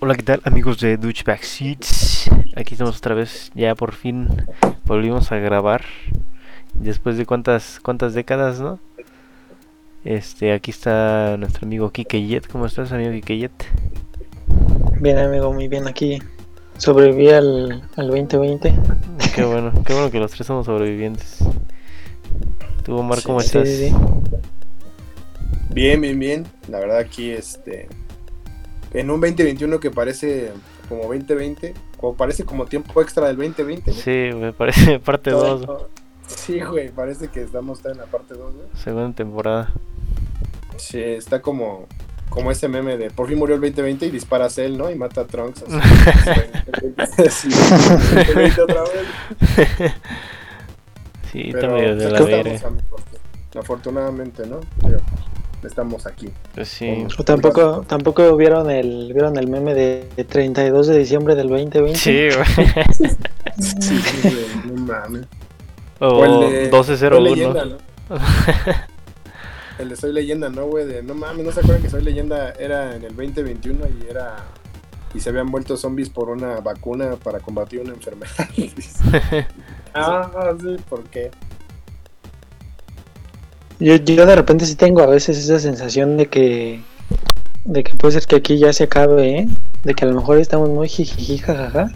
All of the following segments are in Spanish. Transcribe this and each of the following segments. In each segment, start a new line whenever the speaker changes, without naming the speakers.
Hola, ¿qué tal amigos de Douchebag Seats? Aquí estamos otra vez, ya por fin volvimos a grabar. Después de cuántas cuántas décadas, ¿no? Este, aquí está nuestro amigo Kike Jet. ¿Cómo estás, amigo Kike Jet?
Bien, amigo, muy bien aquí. Sobreviví al, al 2020.
Qué bueno, qué bueno que los tres somos sobrevivientes. Tú, Omar, ¿cómo
Sí,
estás?
sí, sí.
Bien, bien, bien. La verdad aquí, este, en un 2021 que parece como 2020, o parece como tiempo extra del 2020. ¿no?
Sí, me parece parte 2,
Todo- Sí, güey, parece que estamos todavía en la parte 2, güey.
segunda temporada.
Sí, está como, como ese meme de por fin murió el 2020 y dispara a Cell, ¿no? Y mata a Trunks. Así, Sí, 2020 otra vez.
Sí, está
Pero,
medio de
pues,
la
aquí estamos,
verga.
amigos. Afortunadamente, ¿no? Pero Estamos aquí.
Pues Sí.
O tampoco, tampoco vieron el, vieron el meme de 32 de diciembre del 2020.
Sí, güey.
Sí, sí, güey, no mames.
O
O el de- Soy
1201.
leyenda, ¿no? el de Soy Leyenda, ¿no, güey? De no mames, ¿no se acuerdan que Soy Leyenda era en el 2021 y era... Y se habían vuelto zombies por una vacuna para combatir una enfermedad. ah, sí, ¿por qué?
Yo, yo de repente sí tengo a veces esa sensación de que, de que puede ser que aquí ya se acabe, ¿eh? De que a lo mejor estamos muy jijiji, jajaja.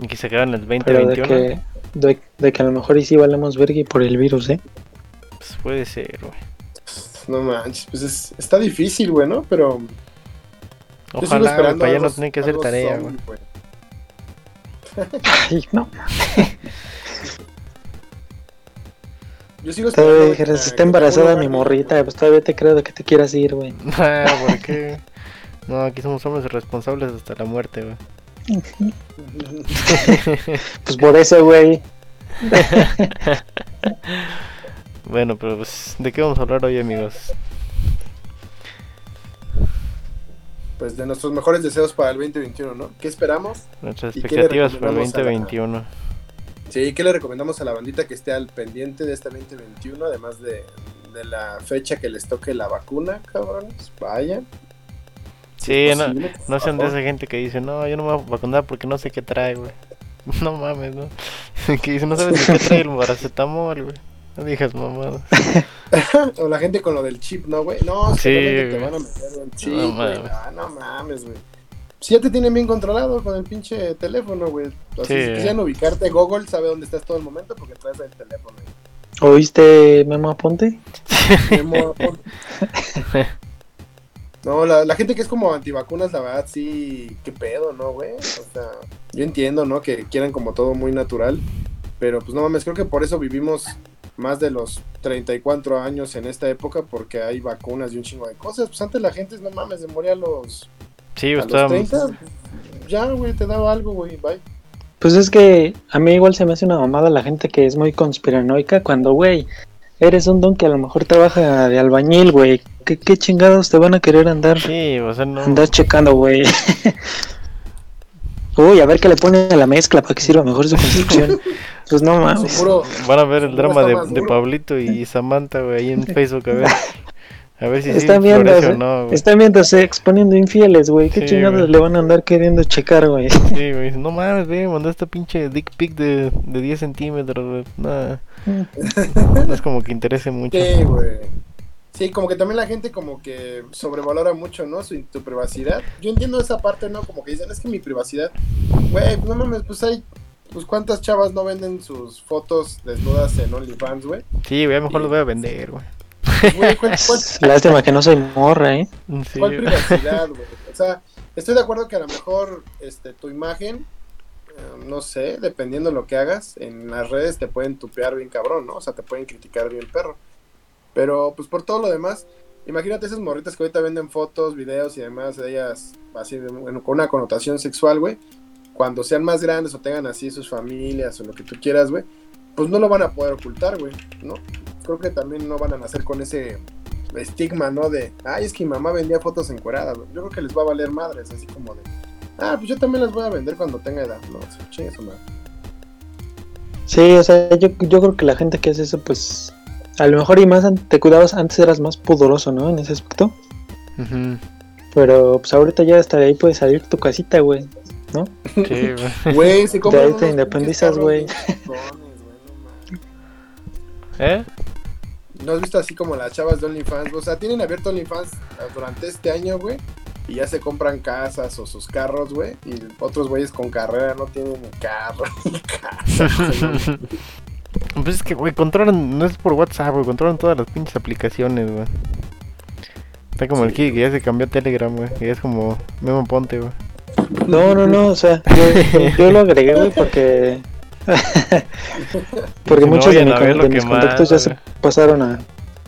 Y que se acaban el
Pero de
2021.
que, de, de que a lo mejor y sí valemos verga y por el virus, ¿eh?
Pues puede ser, güey.
No manches, pues es- está difícil, güey, ¿no? Pero... yo sigo
Ojalá, güey,
esperando
para ya
algo-
no tener que hacer
algo
tarea,
zombie,
güey.
güey.
Ay, no.
Yo sigo esperando...
Todavía
güey,
dijeras,
a-
está
que
embarazada mi
tenga un lugar,
morrita, pues todavía te creo de que te quieras ir, güey.
Ah, ¿por qué? No, aquí somos hombres responsables hasta la muerte, güey.
güey.
Pues por eso, güey.
Bueno, pero pues, ¿de qué vamos a hablar hoy, amigos?
Pues de nuestros mejores deseos para el 2021, ¿no? ¿Qué esperamos?
Nuestras
¿Y qué le
expectativas para el
recomendamos a la-
2021.
Sí, ¿qué le recomendamos a la bandita que esté al pendiente de este 2021? Además de, de la fecha que les toque la vacuna, cabrones. Vaya.
Sí, no,
posible, por
no sean de
favor.
esa gente que dice, no, yo no me voy a vacunar porque no sé qué trae, güey. No mames, ¿no? que dice, no sabes de qué trae el paracetamol, güey. No digas mamadas.
O la gente con lo del chip, ¿no, güey? No,
Sí,
seguramente te
güey.
van a meter el chip,
No
güey.
mames.
Ah, no mames, güey. Si ya te tienen bien controlado con el pinche teléfono, güey. Así
Sí.
Si quisieran ubicarte, Google sabe dónde estás todo el momento porque traes el teléfono. güey.
¿Oíste, Memo Aponte?
Memo, pon- No, la, la gente que es como antivacunas, la verdad, sí, qué pedo, ¿no, güey? O sea, yo entiendo, ¿no? Que quieran como todo muy natural, pero pues no mames, creo que por eso vivimos más de los 34 años en esta época, porque hay vacunas y un chingo de cosas. Pues antes la gente, no mames, se moría a los,
Sí,
a los
estábamos.
30. Ya, güey, te daba algo, güey, bye.
Pues es que a mí igual se me hace una mamada la gente que es muy conspiranoica cuando, güey, eres un don que a lo mejor trabaja de albañil, güey. ¿Qué, qué chingados te van a querer andar,
Sí, o sea, no.
andar checando, güey? Uy, a ver qué le ponen a la mezcla para que sirva mejor su construcción. Pues no
Ah,
Es
mames.
puro,
Van a ver el
No
drama
está
de,
más
de
duro.
Pablito y Samantha, güey, ahí en Facebook, a ver. A ver si sí
Están viendo,
florece o
¿eh?
no, güey.
Están viéndose exponiendo infieles, güey. ¿Qué
Sí,
chingados
güey.
le van a andar queriendo checar, güey?
Sí, güey, no mames, güey, mandó esta pinche dick pic de, de 10 centímetros, güey. Nada, no es como que interese mucho.
Sí, güey. Sí, como que también la gente como que sobrevalora mucho, ¿no? Su, tu privacidad. Yo entiendo esa parte, ¿no? Como que dicen, es que mi privacidad... Güey, no mames, pues hay... Pues cuántas chavas no venden sus fotos desnudas en OnlyFans, güey.
Sí, güey, a lo mejor lo voy a vender, güey.
Pues, Güey, ¿cuál, cuál,
Lástima que no soy morra, ¿eh?
Mm, Sí,
cuál
güey.
privacidad, güey? O sea, estoy de acuerdo que a lo mejor este, tu imagen, eh, no sé, dependiendo de lo que hagas, en las redes te pueden tupear bien cabrón, ¿no? O sea, te pueden criticar bien perro. Pero, pues por todo lo demás, imagínate esas morritas que ahorita venden fotos, videos y demás de ellas, así, de- bueno, con una connotación sexual, güey. Cuando sean más grandes o tengan así sus familias o lo que tú quieras, güey, pues no lo van a poder ocultar, güey, ¿no? Creo que también no van a nacer con ese estigma, ¿no? De, ay, es que mi mamá vendía fotos encueradas, güey. Yo creo que les va a valer madres, así como de, ah, pues yo también las voy a vender cuando tenga edad, ¿no? O sea, chingue su madre.
Sí, o sea, yo, yo creo que la gente que hace eso, pues, a lo mejor y más an- te cuidabas, antes eras más pudoroso, ¿no? En ese aspecto.
Ujú.
Pero pues ahorita ya hasta de ahí puede salir tu casita, güey. ¿No?
Sí, güey.
Güey, se compran
ahí te
unos
independizas,
pinches
güey.
carros bien chingones, güey, no mames.
¿Eh?
¿No has visto así como las chavas de OnlyFans? O sea, tienen abierto OnlyFans durante este año, güey. Y ya se compran casas o sus carros, güey. Y otros güeyes con carrera no tienen ni carro ni casa. güey.
Pues es que, güey, controlan, no es por WhatsApp, güey, controlan todas las pinches aplicaciones, güey. Está como el
Sí.
Kid que ya se cambió a Telegram, güey, que ya es como Memo Ponte, güey.
No, no, no, o sea, yo, yo lo agregué, güey, porque. porque
Que no
muchos de,
vayan
mi
a
con-
ver lo
de
que
mis contactos ya se
mandan,
pasaron a.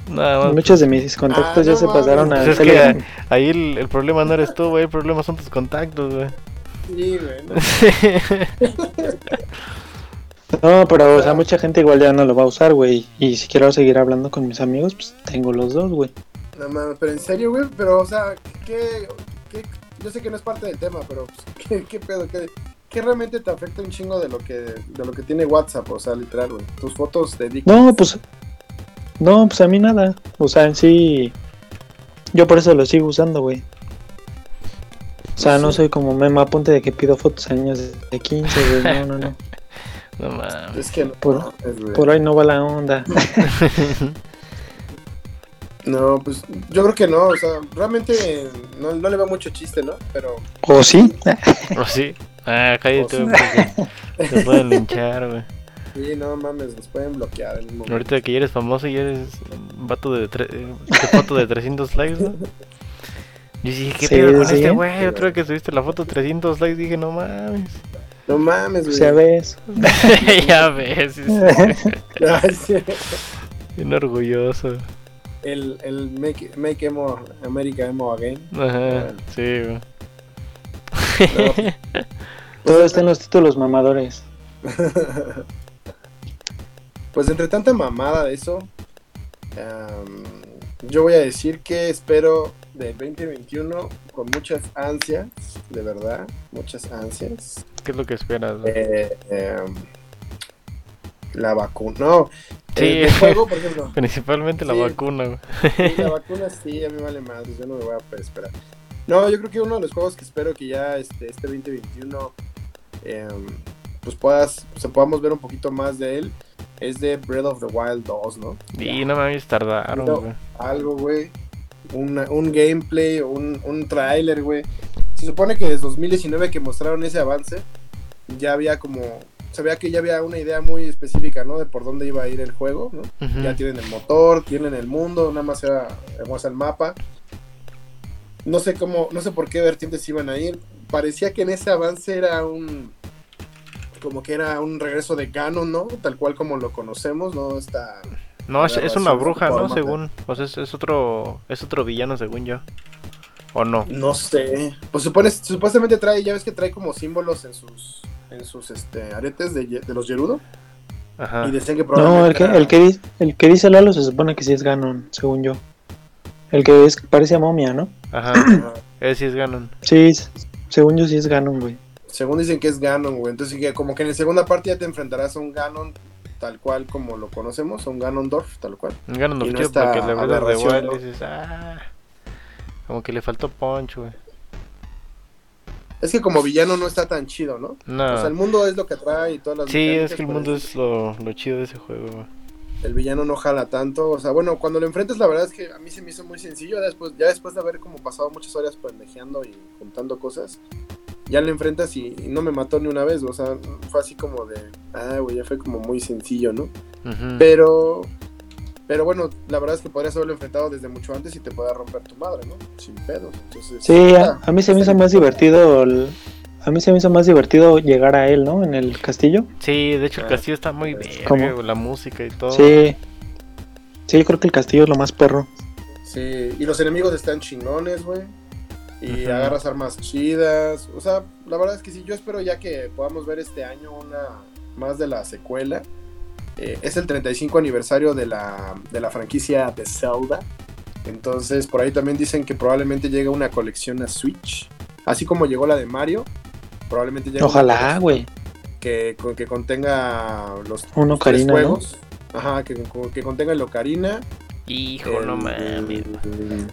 Nada más.
Muchos de mis contactos
Ah,
ya
no
se
mames.
pasaron a.
Pues es que
Telegram.
ahí el, el problema no eres tú, güey, el problema son tus contactos, güey.
Sí, güey. no.
No, pero, o sea, mucha gente igual ya no lo va a usar, güey. Y si quiero seguir hablando con mis amigos, pues tengo los dos, güey.
No mames, pero en serio, güey, pero o sea, ¿qué, qué- yo sé que no es parte del tema, pero pues, ¿qué, qué pedo? ¿Qué, qué realmente te afecta un chingo de lo que de lo que tiene WhatsApp? O sea, literal, güey. Tus fotos de dick
No, pues. No, pues a mí nada. O sea, en sí. Yo por eso lo sigo usando, güey. O sea, no
Sí.
soy como meme apunte de que pido fotos a niños de 15, güey. No, no, no.
No mames.
Es que no.
Por-
mames, güey.
Por ahí no va la onda.
No, pues yo creo que no, o sea, realmente no, no le va mucho chiste, ¿no? Pero pues,
¿O sí?
¿O sí? pues, Ah, cállate,
O
güey, porque te pueden linchar, güey.
sí, no mames, nos pueden bloquear en un momento.
Ahorita que ya eres famoso y eres un vato de, tre- eh, de foto de 300 likes, ¿no? Yo dije, ¿qué
Sí,
pedo con
sí.
este güey? Otro día que subiste la foto 300 likes, dije, no mames.
No mames,
O
güey.
sea, pues ves.
ya ves, es
Ay, sí.
bien orgulloso.
el, el make, make emo, America Emo Again.
Ajá, sí, güey.
Todo está en los títulos mamadores.
Pues entre tanta mamada de eso, am, yo voy a decir que espero del 2021 con muchas ansias, de verdad, muchas ansias.
¿Qué es lo que esperas? güey?
Eh, em, la vacuna, no,
Sí.
el juego, por ejemplo.
Principalmente la
sí.
vacuna, güey.
La vacuna sí, a mí me vale más, yo no me voy a pues, esperar. No, yo creo que uno de los juegos que espero que ya este, este 2021 em, pues puedas, se podamos ver un poquito más de él es de Breath of the Wild 2, ¿no?
Y no mames, tardaron,
No.
güey.
Algo, güey, una- un gameplay, un, un tráiler, güey. Se supone que desde 2019 que mostraron ese avance, ya había como, se veía que ya había una idea muy específica, ¿no? De por dónde iba a ir el juego, ¿no?
Ujú.
Ya tienen el motor, tienen el mundo, nada más era hermosa el mapa. No sé cómo, no sé por qué vertientes iban a ir. Parecía que en ese avance era un como que era un regreso de Ganon, ¿no? Tal cual como lo conocemos, ¿no? Está
No, es, es una
Razón,
bruja, ¿no?
forma,
Según. O sea, es, es otro es otro villano, según yo. ¿O no?
no sé. Pues supones- supuestamente trae, ya ves que trae como símbolos en sus en sus este aretes de, ye- de los Gerudo
Ajá.
y decían que
No, el
probablemente
que,
era-
el, que dice, el que dice Lalo se supone que sí es Ganon, según yo. El que es, parece a momia, ¿no?
Ajá.
Ajá.
Ese sí es Ganon.
Sí, s- según yo sí es Ganon, güey.
Según dicen que es Ganon, güey. Entonces, que como que en la segunda parte ya te enfrentarás a un Ganon tal cual como lo conocemos, a un Ganondorf tal cual.
Ganon
Y
lo
no
quiero
está
porque la verdad de
aberración,
igual
¿no?
dices, ah. Como que le faltó punch, güey.
Es que como villano no está tan chido, ¿no?
No.
O sea, el Pues mundo es lo que atrae y todas las
Ah. sí, es
mecánicas,
que el
pero
mundo es lo, lo chido de ese juego, güey.
El villano no jala tanto. O sea, bueno, cuando lo enfrentas, la verdad es que a mí se me hizo muy sencillo. Ya después, ya después de haber como pasado muchas horas pendejeando y juntando cosas, ya lo enfrentas y, y no me mató ni una vez. O sea, fue así como de, ah, güey, ya fue como muy sencillo, ¿no?
Ujú.
Pero. Pero bueno, la verdad es que podrías haberlo enfrentado desde mucho antes y te podía romper tu madre, ¿no? Sin pedos. Entonces,
Sí, a,
ah,
a mí se me hizo más divertido el- a mí se me hizo más divertido llegar a él, ¿no? En el castillo.
Sí, de hecho el
Ah,
castillo está muy
pues,
bien,
¿cómo?
la música y
Oh.
todo.
Sí. Sí, yo creo que el castillo es lo más perro.
Sí, y los enemigos están chingones, güey. Y
Ujú.
agarras armas chidas. O sea, la verdad es que sí, yo espero ya que podamos ver este año una más de la secuela. Eh, es el 35 aniversario de la, de la franquicia de Zelda. Entonces, por ahí también dicen que probablemente llegue una colección a Switch. Así como llegó la de Mario, probablemente llegue una
Ojalá,
colección
güey.
que, con- que contenga los
Un
los tres
Ocarina, ¿no?
juegos. Ajá, que, que contenga el Ocarina.
Hijo, no
el-
mames.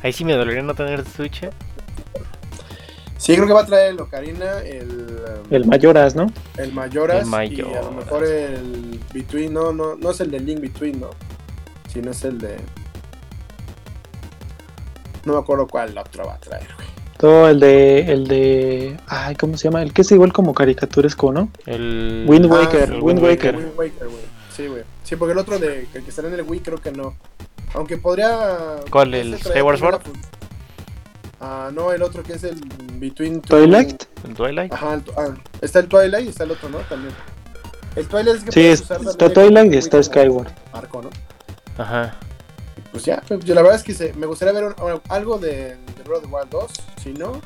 Ahí sí me dolería no tener Switch. eh.
Sí, creo que va a traer el Ocarina, el, um,
El Mayoras, ¿no?
el Mayoras,
El
y a
Mayoras.
lo mejor el Between, no, no, no es el de Link Between, ¿no? Sino es el de... No me acuerdo cuál otro va a traer, güey.
Todo el de. El de. Ay, ¿cómo se llama? El que es igual como caricaturesco, ¿no?
El...
Wind
Ah,
Waker,
el
Wind
Wind
Waker.
Wind Waker, güey. Sí, güey. Sí, porque el otro de el que estará en el Wii creo que no. Aunque podría.
¿Cuál, el
ese traer
Skyward
también
Sword?
la fu- Ah, no, el otro que es el Between Two-
Twilight.
¿El Twilight?
Ajá, el tu- ah, está el Twilight y está el otro, ¿no? También. El Twilight es que
Sí,
puedes
es-
usar también
está
el
Twilight y
Wii
está
como
Skyward.
Arco, ¿no?
Ajá.
Pues ya, pues, yo la verdad es que se- me gustaría ver un- algo de, de Breath of the Wild 2. Si no,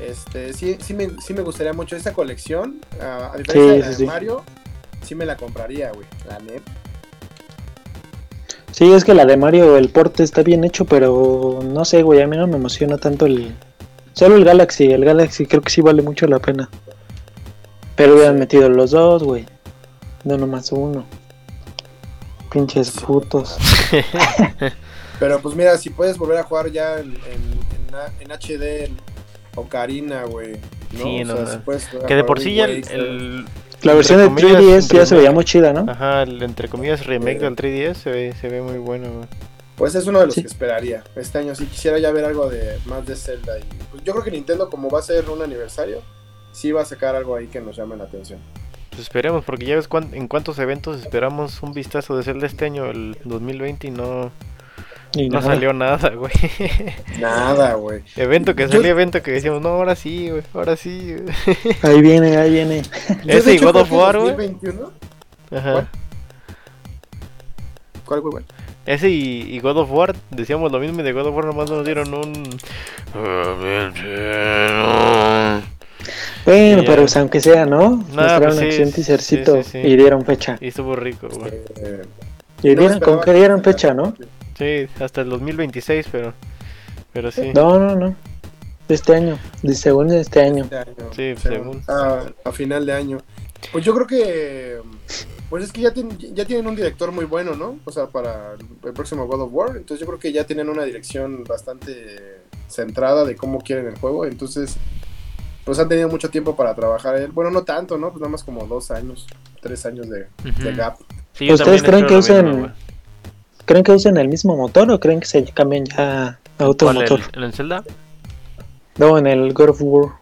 este, sí, sí, me, sí me gustaría mucho esta colección. ah, a diferencia de, la
sí,
de
sí.
Mario, sí me la compraría, güey. La neta.
Sí, es que la de Mario, el porte está bien hecho, pero no sé, güey, a mí no me emociona tanto el... Solo el Galaxy, el Galaxy creo que sí vale mucho la pena. Pero hubieran metido los dos, güey. No nomás uno. Pinches putos.
Pero pues mira, si puedes volver a jugar ya en, en- en A- en HD el Ocarina, güey. ¿no?
Sí,
O
no,
sea,
no.
si puedes jugar
Que de
a
por
Wind
sí ya el,
Waker.
el-
La versión de
Entre comillas,
3DS ya se veía
remake.
muy chida, ¿no?
Ajá, el entre comillas remake del 3DS se ve, se ve muy bueno. güey.
Pues es uno de los
Sí.
que esperaría. Este año sí quisiera ya ver algo de más de Zelda. Y, pues, yo creo que Nintendo, como va a ser un aniversario, sí va a sacar algo ahí que nos llame la atención.
Pues esperemos, porque ya ves cuán- en cuántos eventos esperamos un vistazo de Zelda este año, el 2020, y no,
Y
no
nada.
salió nada, güey.
Nada, güey.
evento que
Yo-
salía, evento que decíamos, no, ahora sí, güey, ahora sí. güey".
Ahí viene, ahí viene.
Yo, de
Ese y
hecho,
God
creo
of
que
War, güey.
2021,
Ajá.
¿Cuál? ¿Cuál, güey, güey?
Ese y, y God of War, decíamos lo mismo y de God of War nomás nos dieron un...
Ah,
Bueno,
Ya.
pero pues, aunque sea, ¿no? Mostraron
pues sí,
acción
sí,
teasercito
sí, sí.
y dieron fecha.
Y estuvo rico, güey.
Y
Eh, no me
dieron,
esperaba
con que dieron
sacaran-
fecha, ¿no?
Sí, hasta el 2026, pero... Pero sí.
No, no, no. De este año, de según de este año.
de año,
Sí, según.
A, a final de año. Pues yo creo que. Pues es que ya, tienen- ya tienen un director muy bueno, ¿no? O sea, para el próximo God of War. Entonces yo creo que ya tienen una dirección bastante centrada de cómo quieren el juego. Entonces, pues han tenido mucho tiempo para trabajar. él. Bueno, no tanto, ¿no? Pues nada más como dos años, tres años de, de
Ujú.
gap.
Sí, yo
¿Ustedes
también
creen que
espero lo
usen-
mismo, güey.
¿Creen que usen el mismo motor o creen que se cambien ya a otro
¿Cuál,
motor?
el- el en Zelda?
No, en el God of War.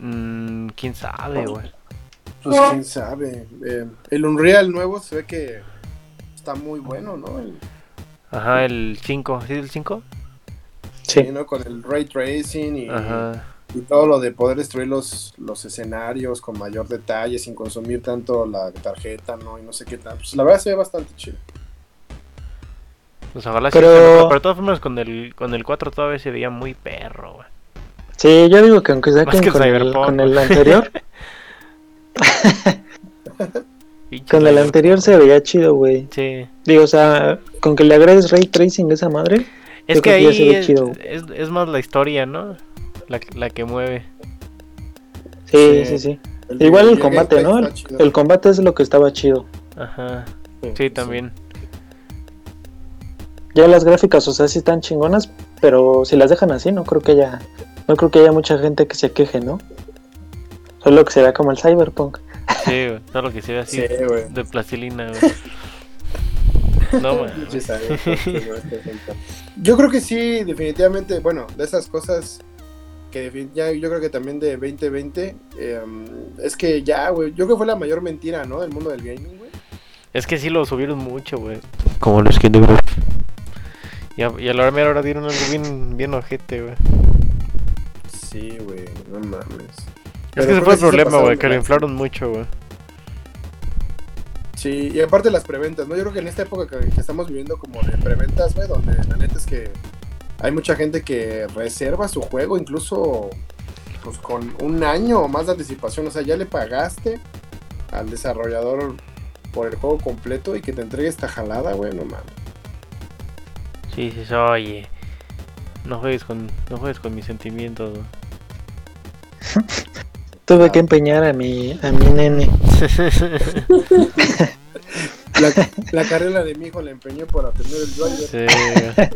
Mm, ¿Quién sabe, güey?
Pues quién sabe. Eh, el Unreal nuevo se ve que está muy bueno, ¿no? El-
Ajá, el 5. ¿Sí, el 5?
Sí.
¿no? Con el ray tracing y.
Ajá.
Y todo lo de poder destruir los, los escenarios con mayor detalle, sin consumir tanto la tarjeta, ¿no? Y no sé qué tal. Pues la verdad se ve bastante chido.
Pues ojalá
Pero-
sí. sea mejor, Pero de todas formas, con el, con el 4 todavía se veía muy perro, güey.
Sí, yo digo que aunque
Más
saquen
que
con el,
Cyberpunk,
con el
güey.
anterior,
Pinche
con el
Cyber-
anterior se veía chido, güey.
Sí.
Digo, o sea, con que le agregues ray tracing a esa madre.
Es
Yo
que
creo que ya se
ahí
ve
es,
chido.
es, es más la historia, ¿no? La, que- la que mueve.
Sí,
Sí.
sí, sí. Igual el combate,
gameplay
¿no?
está chido.
El combate es lo que estaba chido.
Ajá. Sí, también.
Ya las gráficas, o sea, sí están chingonas, pero si las dejan así, no creo que haya, no creo que haya mucha gente que se queje, ¿no? Solo que se vea como el cyberpunk.
Sí, güey. Todo lo que se ve así
Sí, güey.
de plastilina, güey. No, güey.
Sí, sabe, güey, perfecto. Yo creo que sí, definitivamente, bueno, de esas cosas que defin- ya yo creo que también de 2020, eh, es que ya, güey, yo creo que fue la mayor mentira, ¿no? Del mundo del gaming, güey.
Es que sí lo subieron mucho, güey. Como los que no. Y a, y a la hora mera ahora dieron algo bien, bien ojete, güey.
Sí, güey, no mames.
Es
Pero
que ese fue
creo que
el
sí se
problema,
pasaron
güey,
de
que lo
lanza.
inflaron mucho, güey.
Sí, y aparte las preventas, ¿no? Yo creo que en esta época que, que estamos viviendo como de preventas, güey, donde la neta es que hay mucha gente que reserva su juego incluso pues con un año o más de anticipación, o sea, ya le pagaste al desarrollador por el juego completo y que te entregue esta jalada, güey, no mames.
Sí, sí, sí, oye. No juegues con, no juegues con mis sentimientos, güey.
Tuve que empeñar a mi, a mi nene.
La, la carrera de mi hijo la empeñó para tener el driver.
Sí, güey.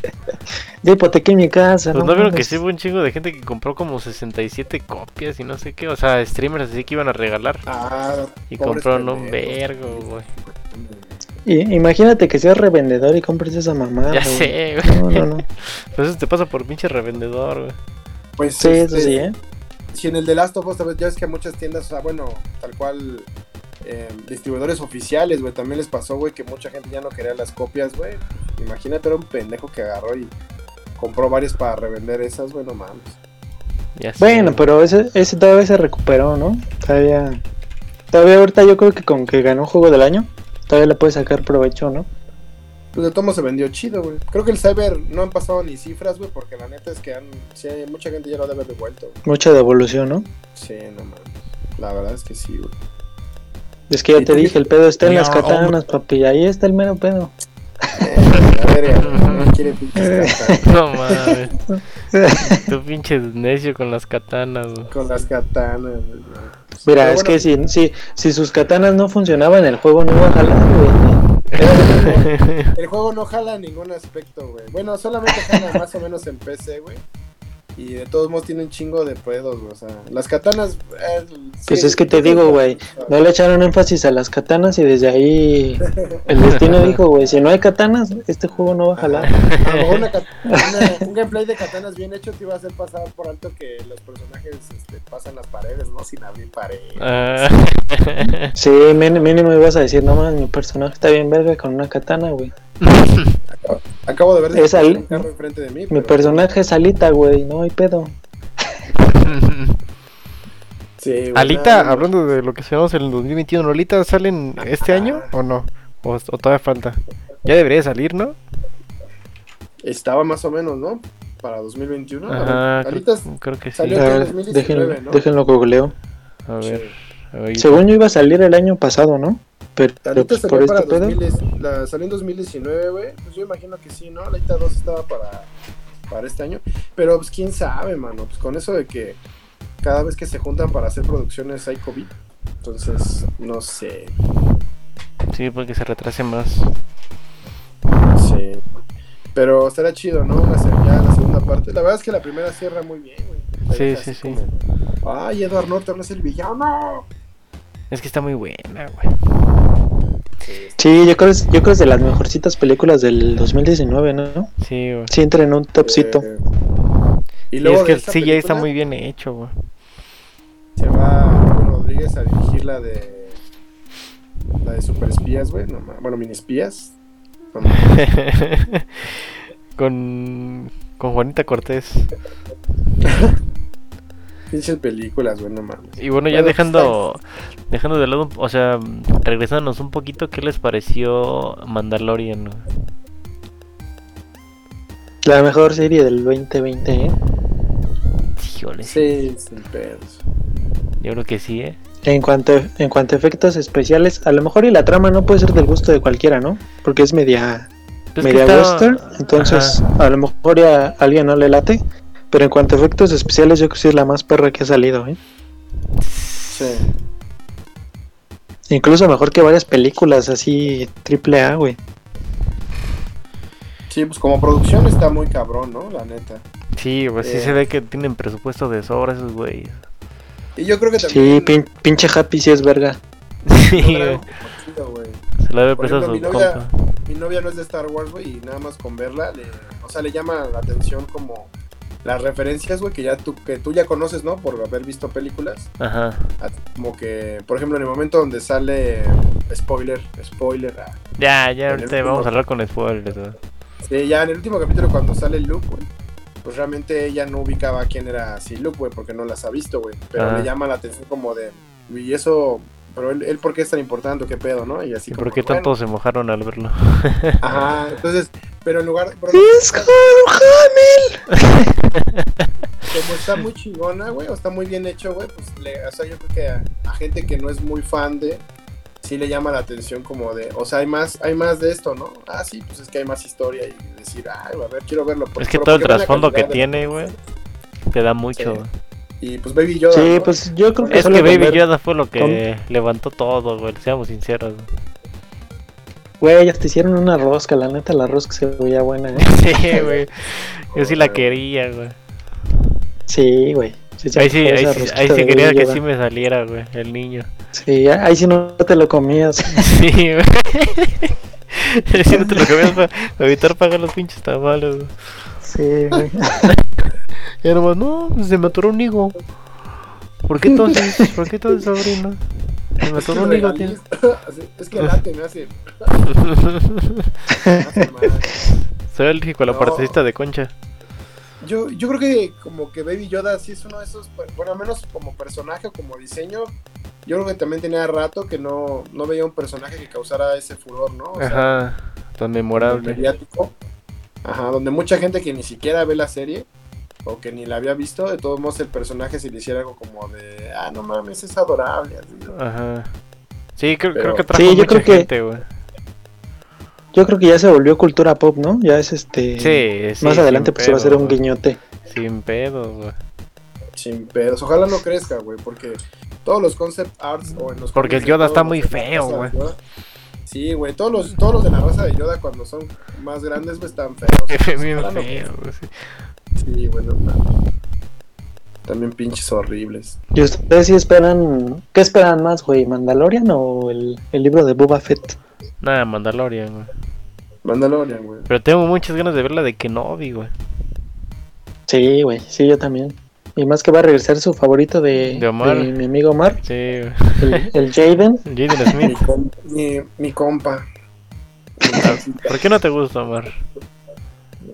Ya hipotequé mi casa.
Pues no vieron que
mames.
sí hubo un chingo de gente que compró como 67 copias y no sé qué. O sea, streamers así que iban a regalar.
Ah,
Y
pobres
compraron un vergo,
pendejos.
güey.
Y- imagínate que seas revendedor y compres esa mamada.
Ya
güey.
sé, güey.
No, no, no.
Pues eso te pasa por pinche revendedor, güey.
Pues
Sí, eso
este,
sí, ¿eh?
Si en el de Last of Us, tal vez, ya ves que muchas tiendas, o sea, bueno, tal cual, eh, distribuidores oficiales, güey, también les pasó, güey, que mucha gente ya no quería las copias, güey. Imagínate, era un pendejo que agarró y compró varias para revender esas, güey, no mames.
Ya sé,
Bueno,
güey.
pero ese, ese todavía se recuperó, ¿no? Todavía. Todavía ahorita yo creo que con que ganó juego del año, todavía le puede sacar provecho, ¿no?
Pues de tomo se vendió chido, güey. Creo que el Cyber no han pasado ni cifras, güey, porque la neta es que han, sí, mucha gente ya lo debe haber devuelto, güey.
Mucha devolución, ¿no?
Sí, no mames. La verdad es que sí, güey.
Es que ya
Y
te
tú-
dije, el pedo está en
No,
oh,
las katanas, papi. Ahí está el mero pedo.
Eh, la verga, güey, no quiere pinches katanas.
No mames. Tú pinche necio con las katanas, güey.
Con las katanas, güey.
Mira,
Pero
es
bueno,
que si, si, si sus katanas no funcionaban, el juego no iba a jalar, güey. Era-
El juego no jala en ningún aspecto, güey. Bueno, solamente jala más o menos en PC, güey. Y de todos modos tiene un chingo de pedos, güey. O sea, las katanas. eh,
Pues
sí,
es que te digo, güey, no le echaron énfasis a las katanas y desde ahí el destino dijo, güey, si no hay katanas, este juego no va a jalar.
Ah, A lo mejor una kat- una- un gameplay de katanas bien hecho te iba a hacer pasar por alto que los personajes este, pasan las paredes, ¿no? Sin abrir paredes.
Ah.
Sí, mínimo, mínimo ibas a decir, no más, mi personaje está bien verga con una katana, güey.
Acabo de ver
Es al-
un carro enfrente de mí.
Mi
pero-
personaje es Alita, güey, no hay pedo.
Sí, güey,
Alita,
nada,
hablando de lo que sabemos en el 2021, ¿Alita salen este año o no? ¿O, o todavía falta? Ya debería salir, ¿no?
Estaba más o menos, ¿no? Para 2021.
Ajá, creo,
Ahorita es-
creo que sí.
A
salió- Creo que en
ver,
2019,
déjenlo,
¿no?
déjenlo googleo.
A ver, a ver.
Según yo iba a salir el año pasado, ¿no? Pero, pero,
Talita
pues, por
salió,
este
para
pedo.
2000 la- salió en 2019, güey. Pues yo imagino que sí, ¿no? Talita 2 estaba para, para este año. Pero pues quién sabe, mano. Pues con eso de que cada vez que se juntan para hacer producciones hay COVID. Entonces, no sé.
Sí, porque se retrase más.
Sí. Pero estará chido, ¿no? Una se- ya la segunda parte. La verdad es que la primera cierra muy bien, güey. Te
Sí,
deja
sí,
así
sí.
como, Ay, Edward Norton es el villano.
Es que está muy buena, güey.
Sí, yo creo, es- yo creo que es de las mejorcitas películas del 2019, ¿no?
Sí, güey.
Sí, entra en un topcito.
Eh,
Y,
luego
es que
de
el
esta
CGI está
película-
muy bien hecho, güey.
Se va Robert Rodríguez a dirigir la de. La de Super Espías, güey. no ma- bueno, Mini Espías. No ma-
con, con Juanita Cortés.
Pinches películas, güey, no mames.
Y bueno, ya
Bueno, pues,
dejando dejando de lado, o sea, regresándonos un poquito, ¿qué les pareció Mandalorian? güey?
La mejor serie del 2020, ¿eh?
Híjole,
Sí, sin pedos.
yo creo que sí, ¿eh?
En cuanto, en cuanto a efectos especiales, a lo mejor y la trama no puede ser del gusto de cualquiera, ¿no? Porque es media,
Pues que
media
está-
western, entonces
Ajá.
a lo mejor ya a alguien no le late. Pero en cuanto a efectos especiales, yo creo que sí es la más perra que ha salido, ¿eh?
Sí.
Incluso mejor que varias películas así triple A, güey.
Sí, pues como producción está muy cabrón, ¿no? La neta.
Sí, pues sí
Eh.
se ve que tienen presupuesto de sobra esos güeyes.
Y yo creo que
Sí,
también.
pin- pinche Happy sí es verga.
Sí, güey.
lograron como chido, güey.
Se la debe
Por
prestar
ejemplo,
su
mi novia,
compa.
mi novia no es de Star Wars, güey, y nada más con verla, le- o sea, le llama la atención como las referencias, güey, que ya tú, que tú ya conoces, ¿no? Por haber visto películas.
Ajá.
Ah, como que, por ejemplo, en el momento donde sale spoiler, spoiler, ah,
Ya, ya, ahorita
último-
vamos a hablar con spoilers, güey.
sí, ya en el último capítulo cuando sale Luke, güey, pues realmente ella no ubicaba quién era así Luke, güey, porque no las ha visto, güey, pero
Ajá.
le llama la atención como de, y eso, pero él, él por qué es tan importante, o qué pedo, ¿no? Y así
¿Y
como,
por qué
bueno,
tanto se mojaron al verlo?
Ajá, entonces, pero en lugar, pero
¡Es
como está muy chingona, güey, o está muy bien hecho, güey, pues, le, o sea, yo creo que a, a gente que no es muy fan de, sí le llama la atención como de, o sea, hay más, hay más de esto, ¿no? Ah, sí, pues es que hay más historia y decir, ay, a ver, quiero verlo. por-
Es que
pero
todo el
porque ven la
trasfondo que
calidad de-
tiene, güey, te da mucho.
Sí.
güey.
Y pues Baby Yoda.
Sí,
¿no?
pues yo creo que
Es
solo
que
con
Baby
ver-
Yoda fue lo que levantó todo, güey, seamos sinceros. güey.
Güey, ya te hicieron una rosca, la neta la rosca se veía buena, ¿eh?
Sí, güey. Yo sí la quería, güey.
Sí, güey. Sí, se
Ahí sí,
antojó
ahí
esa
sí,
rosquita
ahí
de
sí quería que
bebé
sí
Yoda.
me saliera, güey, el niño.
Sí, ahí sí no te lo comías.
Sí, güey. Si no te lo comías para evitar pagar los pinches tamales, güey.
Sí, güey.
Y nomás, no, pues, se me atoró un higo. ¿Por qué entonces? ¿Por qué entonces, sobrino? Se me
Es que,
atoró
el
un higo, tío.
regaliz- Así- es que el ate me hace. me hace mal.
Soy alérgico a la
No.
partecita de concha.
Yo, yo creo que como que Baby Yoda sí es uno de esos, per- bueno, al menos como personaje o como diseño, yo creo que también tenía rato que no, no veía un personaje que causara ese furor, ¿no? O sea,
Ajá, tan memorable.
mediático. Ajá, donde mucha gente que ni siquiera ve la serie o que ni la había visto, de todos modos el personaje si le hiciera algo como de, ah, no mames, es adorable. así, ¿no?
Ajá. Sí, creo, creo
Pero-
que trajo
Sí, yo
mucha
creo que-
gente, güey.
Yo creo que ya se volvió cultura pop, ¿no? Ya es este.
Sí, sí.
Más adelante
sin
pues se va a hacer
pedos,
un
güey.
guiñote.
Sin pedos, güey.
Sin pedos. Ojalá no crezca, güey, porque todos los concept arts o en los
Porque el
cómics de
Yoda
todos
está
los
muy
de la
feo,
raza de
güey.
Yoda- Sí, güey, todos los, todos los de la raza de Yoda cuando son más grandes, güey, están feos.
Bien
Ojalá no
feo, güey. sí.
Sí, bueno, no. También pinches horribles.
¿Y ustedes sí esperan. ¿Qué esperan más, güey? ¿Mandalorian o el, el libro de Boba Fett?
Nada, Mandalorian, güey.
Mandalorian, güey.
Pero tengo muchas ganas de ver la de Kenobi, güey.
Sí, güey. Sí, yo también. Y más que va a regresar su favorito de,
De Omar.
de mi amigo Omar,
Sí, güey.
el, el Jaden.
Jaden
Mi,
Smith.
com- mi, mi compa.
¿Por qué no te gusta, Omar?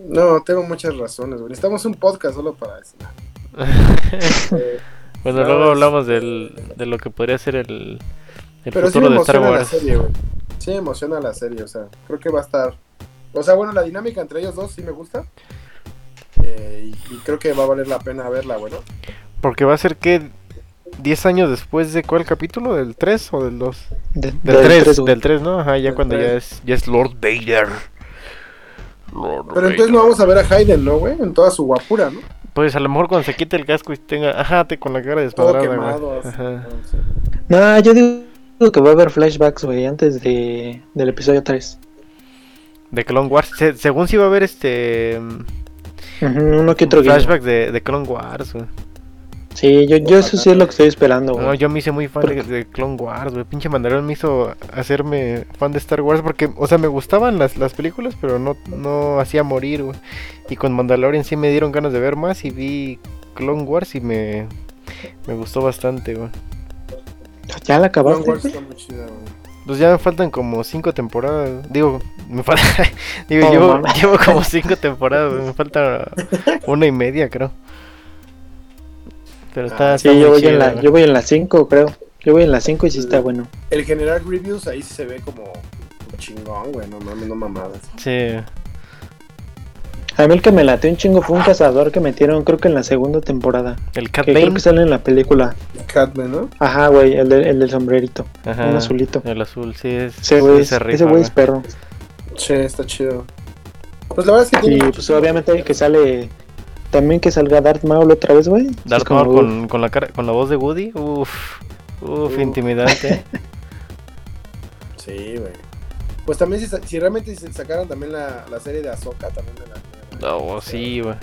No, tengo muchas razones, güey. Necesitamos un podcast solo para eso. Eh,
Bueno,
No,
luego
es-
hablamos del, de lo que podría ser el, el
pero sí me
futuro de Star
emociona la
Wars.
serie, güey. Sí me emociona la serie, o sea, creo que va a estar... O sea, bueno, la dinámica entre ellos dos sí me gusta. Eh, y, y creo que va a valer la pena verla, güey. ¿no?
Porque va a ser que 10 años después de cuál capítulo, del 3 o del 2?
de-
Del 3,
tres, güey.
del 3, ¿no? Ajá, ya
Del
cuando ya
tres.
es, ya es Lord Vader. Lord
Pero entonces no vamos a ver a Hayden, ¿no, güey? En toda su guapura, ¿no?
Pues a lo mejor cuando se quite el casco y tenga, ajá, te con la cara
Todo
despadrada,
quemado.
güey.
así,
Ajá.
¿no? Sí.
No, yo digo que va a haber flashbacks, güey, antes de, del episodio 3.
De Clone Wars, Se- según si va a haber este mm,
Ujú, uno que otro guiño.
flashback de, de Clone Wars, güey.
Sí, yo, yo eso sí es lo que estoy esperando, güey.
No, yo me hice muy fan
¿Por
de, de Clone Wars, güey. Pinche Mandalorian me hizo hacerme fan de Star Wars porque, o sea, me gustaban las, las películas, pero no, no hacía morir, güey. Y con Mandalorian sí me dieron ganas de ver más y vi Clone Wars y me, me gustó bastante, güey.
¿Ya la
Clone
acabaste?
Wars está muy chida, güey.
Pues ya me faltan como cinco temporadas. Digo, me falta. Digo,
No,
llevo,
mames.
llevo como cinco temporadas. güey. Me falta una y media, creo. Pero está.
Ah,
está
Sí,
muy
yo voy,
chida,
en la,
güey.
yo voy en la 5, creo. Yo voy en la 5 y sí está bueno.
El general Reviews ahí sí se ve como chingón, güey. No mames, no mamadas.
Sí.
A mí el que me late un chingo fue un cazador que metieron, creo que en la segunda temporada.
El Cat
Que creo
Bane.
que sale en la película.
Catman, ¿no?
Ajá, güey, el, de- el del sombrerito.
Ajá,
un azulito.
El azul, sí. Es,
Ese
Ah. sí
güey es,
se rifa,
ese güey
güey.
es perro.
Sí, está chido. Pues la verdad es que
Y
tiene
pues obviamente el que sale. También que salga Darth Maul otra vez, güey. Sí,
Darth
es como,
Maul con, con la cara, con la voz de Woody. Uf. Uf,
Uh.
intimidante.
Sí, güey. Pues también si, sa- si realmente se sacaran también la, la serie de Azoka también de la... de la-
No, sí, güey.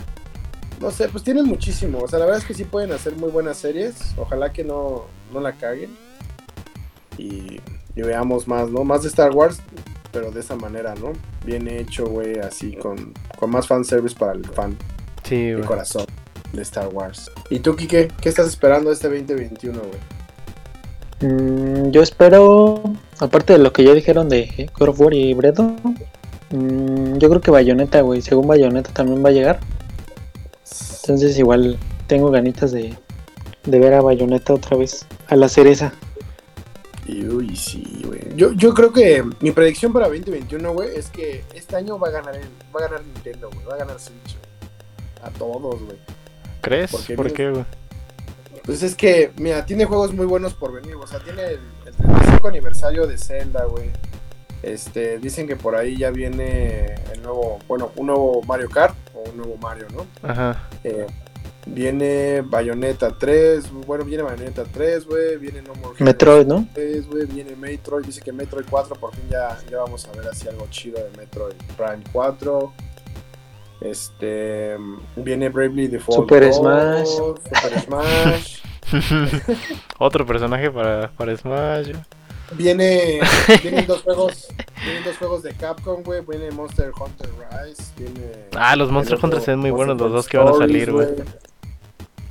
No sé, pues tienen muchísimo. O sea, la verdad es que sí pueden hacer muy buenas series. Ojalá que no, no la caguen. Y, y veamos más, ¿no? Más de Star Wars, pero de esa manera, ¿no? Bien hecho, güey, así, con, con más fanservice para el fan,
Sí,
el
güey.
corazón de Star Wars. ¿Y tú, Kike? ¿Qué estás esperando de este 2021, güey?
Mm, yo espero, aparte de lo que ya dijeron de God of War y Bredo, mm, yo creo que Bayonetta, güey, según Bayonetta también va a llegar. Entonces igual tengo ganitas de, de ver a Bayonetta otra vez, a la cereza.
Y uy, sí, güey. Yo, yo creo que mi predicción para 2021, güey, es que este año va a ganar, el- va a ganar Nintendo, güey. Va a ganar Switch, güey. A todos, güey.
¿Crees?
¿Por qué
¿Por
no?
qué, güey?
Pues es que, mira, tiene juegos muy buenos por venir. O sea, tiene el, el 35 aniversario de Zelda, güey. Este, dicen que por ahí ya viene el nuevo, bueno, un nuevo Mario Kart o un nuevo Mario, ¿no?
Ajá.
Eh, Viene Bayonetta 3, bueno, viene Bayonetta 3, güey, viene No More Heroes
Metroid, ¿no?
3, güey, viene Metroid, dice que Metroid 4, por fin ya, ya vamos a ver así algo chido de Metroid Prime 4. Este, viene Bravely Default
Super
2,
Smash.
Super Smash.
Otro personaje para, para Smash. güey.
Viene, vienen dos juegos, vienen dos juegos de Capcom, güey, viene Monster Hunter Rise, viene
Ah, los Monster
el otro
Hunter se ven muy
Monster
buenos los dos
Hunter
que van a
Stories,
salir, güey.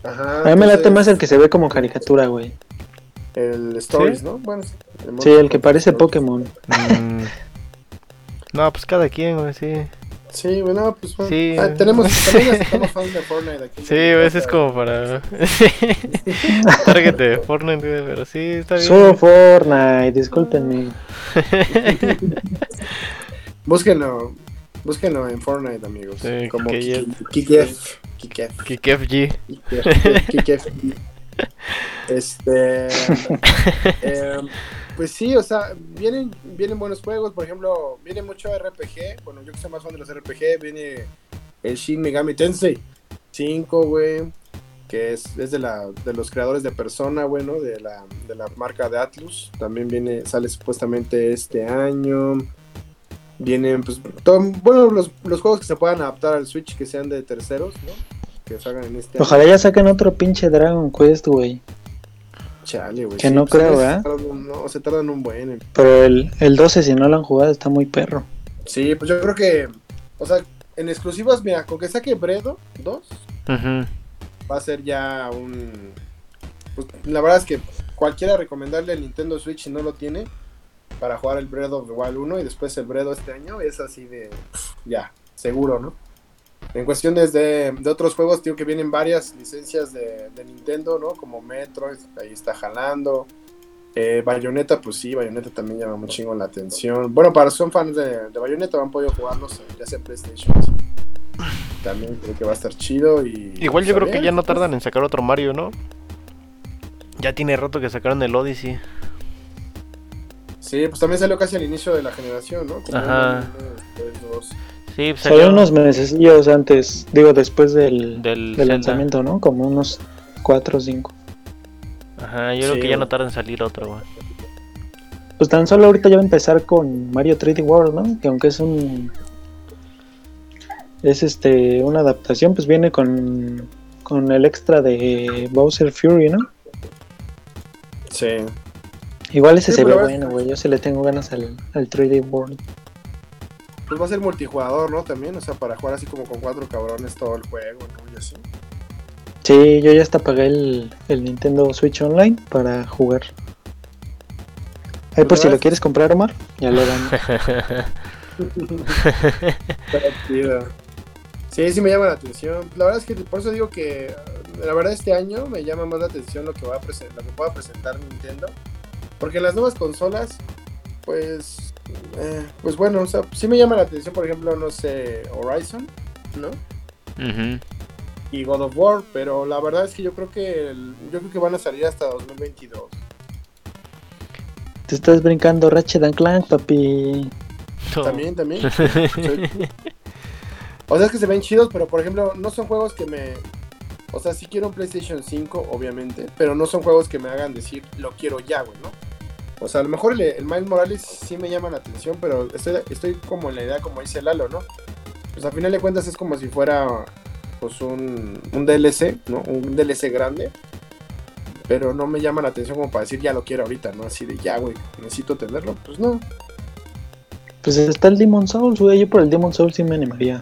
Ajá.
A mí me late
entonces,
más el que se ve como caricatura, güey.
el Stories,
¿Sí?
¿no? Bueno, sí,
Sí,
Monster
el que
Hunter
parece
Stories.
Pokémon.
Mm. No, pues cada quien, güey, sí.
Sí, güey, no, pues bueno.
Sí.
Ah, tenemos también estamos fans de Fortnite aquí.
Sí, güey, ese es como para. Target de Fortnite, güey, pero sí, está bien.
Solo Fortnite, discúlpenme.
Búsquenlo, búsquenlo en Fortnite, amigos.
Sí,
como
Kikef.
Kikef, Kikef,
Que KFG.
Kikef, Kikef. Este em, pues sí, o sea, vienen, vienen buenos juegos, por ejemplo, viene mucho RPG, bueno, yo que soy más fan de los RPG, viene el Shin Megami Tensei 5, güey, que es, es de, la, de los creadores de Persona, güey, ¿no? De la, de la marca de Atlus, también viene, sale supuestamente este año, vienen, pues, todo- bueno, los, los juegos que se puedan adaptar al Switch, que sean de terceros, ¿no? Que salgan en este año.
Ojalá ya saquen otro pinche Dragon Quest, güey.
Chale, güey. pues,
Que no creo,
se
¿verdad?
tardan- no, se tardan un buen. en-
Pero el, el 12, si no lo han jugado, está muy perro.
Sí, pues yo creo que, o sea, en exclusivas, mira, con que saque Bredo 2,
Ujú.
va a ser ya un... pues, la verdad es que cualquiera recomendarle el Nintendo Switch si no lo tiene para jugar el Breath of the Wild 1 y después el Bredo este año es así de... pf, ya, seguro, ¿no? En cuestiones de, de otros juegos, tío, que vienen varias licencias de, de Nintendo, ¿no? Como Metroid, ahí está jalando. Eh, Bayonetta, pues sí, Bayonetta también llama un chingo la atención. Bueno, para los que son fans de, de Bayonetta, han podido jugarlos eh, ya sea en PlayStation. También creo que va a estar chido y...
Igual yo
pues, a
creo que
ver,
ya no
pues,
tardan en sacar otro Mario, ¿no? Ya tiene rato que sacaron el Odyssey.
Sí, pues también salió casi al inicio de la generación, ¿no? Como
Ajá.
uno, uno, tres, dos.
Sí, pues,
Salió
salió
unos mesecillos antes, digo, después del,
del
del
Zelda.
lanzamiento, ¿no? Como unos 4 o 5.
Ajá, yo
Sí,
creo que ya no
güey.
tarda en salir otro, güey.
Pues tan solo ahorita ya va a empezar con Mario 3D World, ¿no? Que aunque es un. Es este. Una adaptación, pues viene con. Con el extra de Bowser Fury, ¿no?
Sí.
Igual ese
Sí,
se ve
pero es-
bueno, güey. Yo se le tengo ganas al, al 3D World.
Pues va a ser multijugador, ¿no? También, o sea, para jugar así como con cuatro cabrones todo el juego, ¿no? Y así.
Sí, yo ya hasta pagué el, el Nintendo Switch Online para jugar. Ahí por
Pues,
si
la
lo
verdad-
quieres comprar, Omar, ya lo dan.
Está chido. Sí, sí me llama la atención. La verdad es que por eso digo que eh, la verdad este año me llama más la atención lo que va a presentar, lo que pueda presentar Nintendo, porque las nuevas consolas pues eh, pues bueno, o sea, sí me llama la atención, por ejemplo, no sé, Horizon, ¿no?
Ujú.
y God of War, pero la verdad es que yo creo que el- yo creo que van a salir hasta 2022.
Te estás brincando Ratchet and Clank, papi.
También, también. Soy- o sea, es que se ven chidos, pero por ejemplo, no son juegos que me o sea, sí quiero un PlayStation 5, obviamente, pero no son juegos que me hagan decir lo quiero ya, güey, ¿no? O sea, a lo mejor el, el Miles Morales sí me llama la atención, pero estoy, estoy como en la idea, como dice Lalo, ¿no? Pues a final de cuentas es como si fuera pues un, un DLC, ¿no? Un DLC grande. Pero no me llama la atención como para decir ya lo quiero ahorita, ¿no? Así de ya, güey, necesito tenerlo. Pues no.
Pues está el Demon Souls, güey. Yo por el Demon Souls sí me animaría.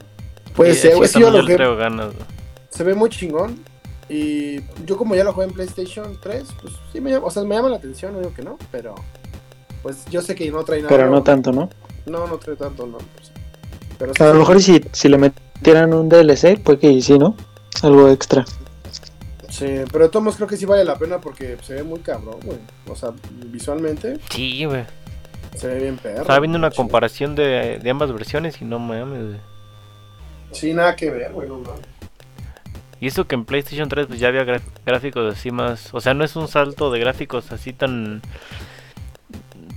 Puede
Sí,
ser,
sí,
pues, eh, güey.
también
sí, yo lo
yo le
jugué,
traigo ganas, güey.
se ve muy chingón. Y yo como ya lo jugué en PlayStation 3, pues sí me llama, o sea, me llama la atención, no digo que no, pero pues yo sé que no trae nada.
Pero no
nuevo.
tanto, ¿no?
No, no trae tanto, no. pues, pero sí
A lo
se-
mejor y si, si le metieran un DLC, pues que sí, ¿no? Algo extra.
Sí, pero de todos modos creo que sí vale la pena porque se ve muy cabrón, güey. O sea, visualmente
Sí, güey.
se ve bien perro.
Estaba viendo una
Chido.
comparación de, de ambas versiones y no mames, güey.
Sí, nada que ver, güey, no mames.
Y eso que en PlayStation 3 pues ya había gra- gráficos así más, o sea, no es un salto de gráficos así tan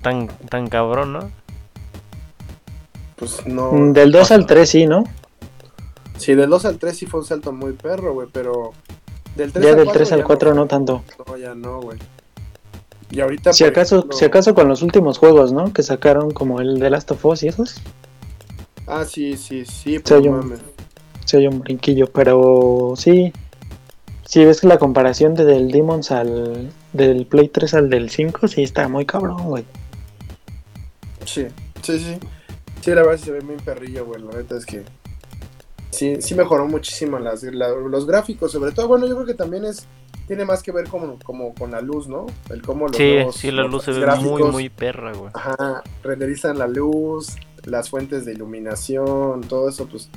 tan tan cabrón, ¿no?
Pues no.
Mm, Del 2
Ajá.
al 3, sí, ¿no?
Sí, del 2 al 3 sí fue un salto muy perro, güey, pero del 3
Ya
al
del
4
3 al 4 no tanto.
No, ya no, güey. Y ahorita.
Si
por
acaso,
ejemplo-
si acaso con los últimos juegos, ¿no? Que sacaron como el de Last of Us y esos.
Ah, sí, sí, sí,
Sí,
pues,
hay un-
mames.
Se oye un brinquillo, pero sí. Si ves que la comparación de del Demons al. del Play 3 al del 5, sí está muy cabrón, güey.
Sí, sí, sí. Sí, la verdad sí se ve muy perrillo, güey. La neta es que. Sí, sí mejoró muchísimo las, la- los gráficos, sobre todo. Bueno, yo creo que también es. Tiene más que ver como, como con la luz, ¿no? El cómo los
Sí,
nuevos-
sí, la
los
luz se ve muy,
gráficos,
muy perra, güey.
Ajá, renderizan la luz, las fuentes de iluminación, todo eso, pues.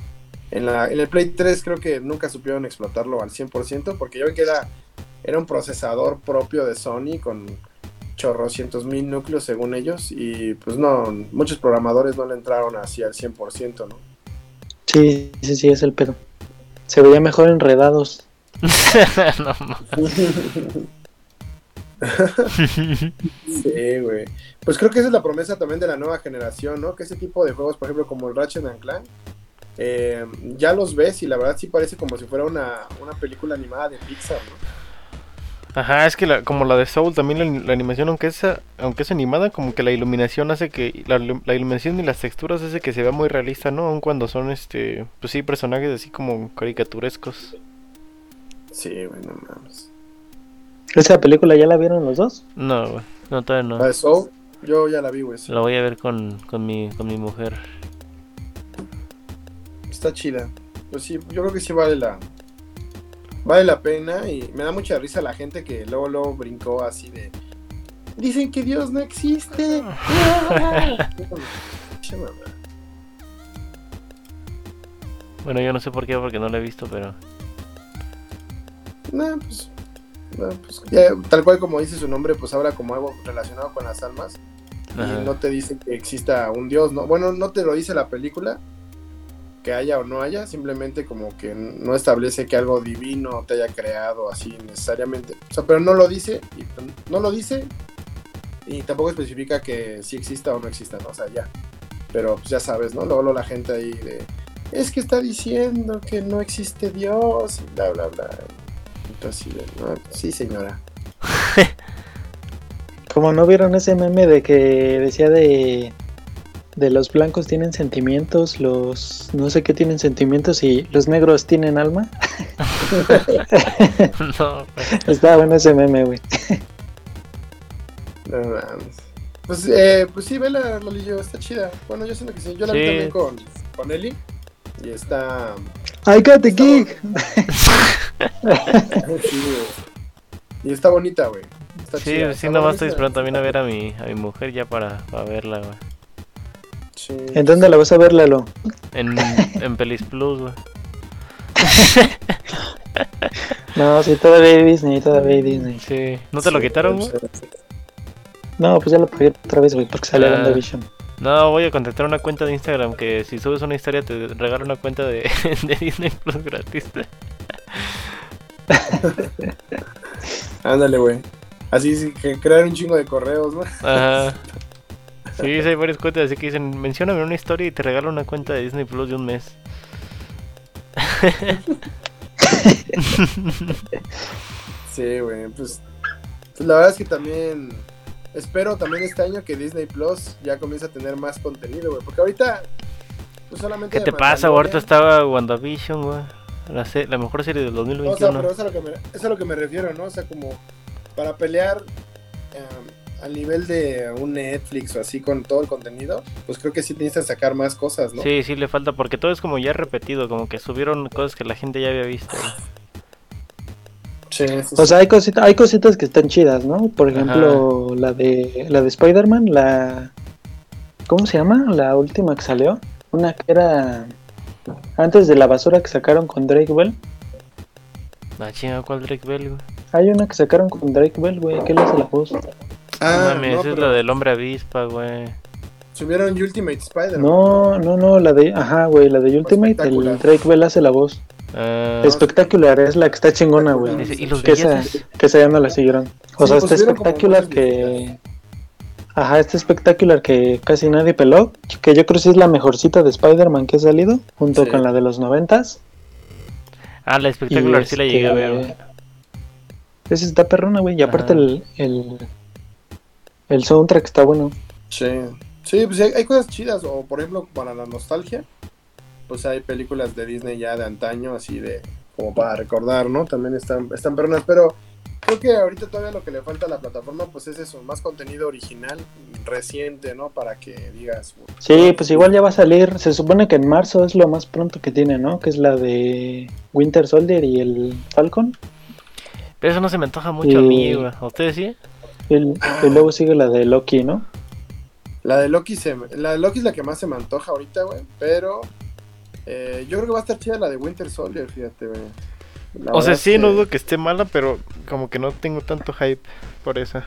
En, la, en el Play 3 creo que nunca supieron explotarlo al 100%, porque yo vi que era, era un procesador propio de Sony con chorrocientos mil núcleos según ellos, y pues no, muchos programadores no le entraron así al 100%, ¿no?
Sí, sí, sí, es el pedo. Se veía mejor enredados.
No mames.
Sí, güey. Pues creo que esa es la promesa también de la nueva generación, ¿no? Que ese tipo de juegos, por ejemplo, como el Ratchet and Clank, eh, ya los ves y la verdad sí parece como si fuera una, una película animada de Pixar, ¿no?
Ajá, es que la- como la de Soul, también la, la animación, aunque es, aunque es animada, como que la iluminación hace que. La, ilu- la iluminación y las texturas hace que se vea muy realista, ¿no? Aun cuando son, este. Pues sí, personajes así como caricaturescos.
Sí, güey, no mames.
¿Esa película ya la vieron los dos?
No, güey. No, todavía no.
La de Soul, yo ya la vi, güey. sí.
La voy a ver con, con, mi, con mi mujer.
Está chida. Pues sí, yo creo que sí vale la vale la pena y me da mucha risa la gente que luego luego brincó así de dicen que Dios no existe. Che, mamá.
Bueno, yo no sé por qué, porque no la he visto, pero.
No, pues, no, pues, ya, tal cual como dice su nombre, pues habla como algo relacionado con las almas
Ajá.
y no te dice que exista un Dios, ¿no? Bueno, no te lo dice la película que haya o no haya, simplemente como que no establece que algo divino te haya creado así necesariamente. O sea, pero no lo dice y no lo dice y tampoco especifica que si exista o no exista, ¿no? O sea, ya. Pero pues ya sabes, ¿no? Luego luego la gente ahí de es que está diciendo que no existe Dios y bla bla bla. Entonces, sí, ¿no? sí, señora.
Como no vieron ese meme de que decía de. De los blancos tienen sentimientos, los no sé qué tienen sentimientos y los negros tienen alma.
no, güey.
Estaba bueno ese meme, güey.
No mames. Pues, eh, pues sí, vela, Lolillo, está chida. Bueno, yo siento que sí. Yo la vi
Sí.
también con, con Eli. Y está.
I got the gig.
y está bonita, güey. Está
Sí,
chida.
sí,
Está
nada más
buena
estoy
esa-
esperando también a ver a mi, a mi mujer ya para, para verla, güey.
Sí.
¿En dónde la vas a ver, Lalo?
En, en Pelis Plus, güey.
No, sí, todavía hay Disney, todavía hay Disney.
Sí. ¿No te lo
Sí,
quitaron, güey?
pues, eh,
No, pues ya lo pagué otra vez, güey, porque salió
Ah.
WandaVision.
No, voy a contactar una cuenta de Instagram que si subes una historia te regala una cuenta de, de Disney Plus gratis.
Ándale, güey. Así es que crear un chingo de correos, güey.
Ajá. Sí, sí, hay varias cuentas así que dicen, mencióname una historia y te regalo una cuenta de Disney Plus de un mes.
Sí, güey. Pues, pues la verdad es que también. Espero también este año que Disney Plus ya comience a tener más contenido, güey. Porque ahorita. Pues solamente.
¿Qué te
de
pasa? güey? Ahorita
Mandalorian.
estaba WandaVision, güey. La, se- la mejor serie del
O sea,
2021.
pero eso es, a lo que me, eso es a lo que me refiero, ¿no? O sea, como para pelear eh, al nivel de un Netflix o así con todo el contenido, pues creo que sí tienes que sacar más cosas, ¿no?
Sí, sí le falta porque todo es como ya repetido, como que subieron cosas que la gente ya había visto. güey.
Sí, sí,
O sea, hay cositas, hay cositas que están chidas, ¿no? Por ejemplo, la de la de Spider-Man, la ¿cómo se llama? La última que salió, una que era antes de la basura que sacaron con Drake Bell.
La Ah, chinga, ¿cuál Drake Bell, güey?
Hay una que sacaron con Drake Bell, güey, que él hace la voz.
Ah,
no mames,
no,
esa es
pero
la del hombre avispa, güey.
subieron Ultimate Spider-Man.
No, no, no, la de, ajá, güey, la de Ultimate, el
Espectacular.
Drake Bell hace la voz.
Ah,
Es-
Espectacular, es la que está chingona, güey.
dice, ¿Y los
que esa,
billetes?
que esa ya no la siguieron. O
Sí,
sea,
pues
este
tuvieron como
espectacular
varios
que. Ajá, este espectacular que casi nadie peló. Que yo creo que sí es la mejorcita de Spider-Man que ha salido. Junto
Sí.
con la de los noventas.
Ah, la espectacular sí
este,
la llegué a ver. güey.
Esa está perrona, güey. Y aparte
Ajá.
el, el, el soundtrack está bueno.
Sí, sí pues hay, hay cosas chidas. O por ejemplo, para la nostalgia, pues hay películas de Disney ya de antaño, así de como para recordar, ¿no? También están, están perronas, pero creo que ahorita todavía lo que le falta a la plataforma, pues es eso, más contenido original, reciente, ¿no? Para que digas.
Sí, pues igual ya va a salir. Se supone que en marzo es lo más pronto que tiene, ¿no? Que es la de Winter Soldier y el Falcon.
Pero eso no se me antoja mucho a mí,
Y-
güey. ¿A ustedes sí?
Y, y luego sigue la de Loki, ¿no?
La de Loki se, me- la de Loki es la que más se me antoja ahorita, güey. Pero eh, yo creo que va a estar chida la de Winter Soldier, fíjate, güey. La
O sea,
verdad
sí,
que-
no dudo que esté mala, pero como que no tengo tanto hype por esa.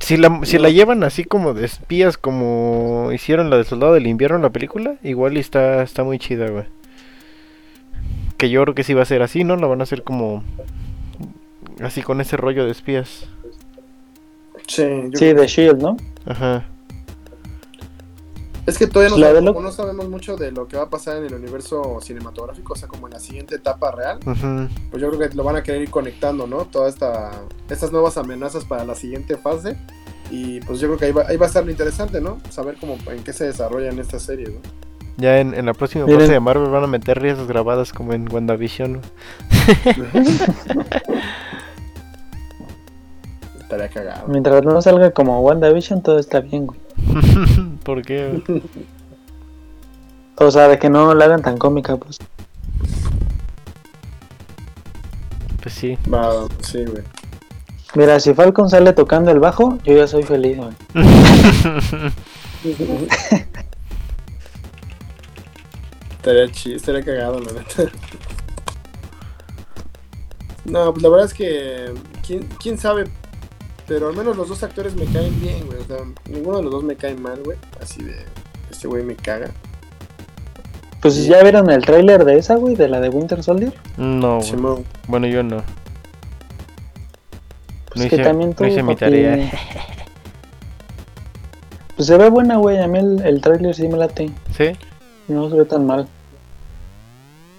Si la, si la llevan así como de espías, como hicieron la de Soldado del Invierno en la película, igual y está, está muy chida, güey. Que yo creo que sí va a ser así, ¿no? La van a hacer como... Así con ese rollo de espías.
Sí, yo
Sí, de Shield, ¿no?
Ajá.
Es que todavía no
La de
sabemos,
Loki.
no sabemos mucho de lo que va a pasar en el universo cinematográfico, o sea, como en la siguiente etapa real.
ujú.
Pues yo creo que lo van a querer ir conectando, ¿no? Todas esta, estas nuevas amenazas para la siguiente fase. Y pues yo creo que ahí va, ahí va a estar lo interesante, ¿no? Saber cómo, en qué se desarrollan estas series, ¿no?
Ya en, en la próxima
Miren.
fase de Marvel van a meter riesgos grabadas como en WandaVision. güey.
Estaría cagado.
Mientras no salga como WandaVision, todo está bien, güey.
¿Por qué? güey?
O sea, de que no la hagan tan cómica, pues.
Pues sí.
Va, sí, güey.
Mira, si Falcon sale tocando el bajo, yo ya soy feliz, güey.
Estaría chido, estaría cagado, la neta. No, pues la verdad es que. ¿quién, quién sabe? Pero al menos los dos actores me caen bien, güey. O sea, ninguno de los dos me cae mal, güey. Así de. Este güey me caga.
Pues ya vieron el tráiler de esa, güey, de la de Winter Soldier.
No, Oh, güey.
Simón.
Bueno, yo no.
Pues
No
que
hice-
también tú,
no hice mi
papi.
tarea.
Pues se ve buena, güey. A mí el, el tráiler sí me late.
¿Sí?
No se ve tan mal.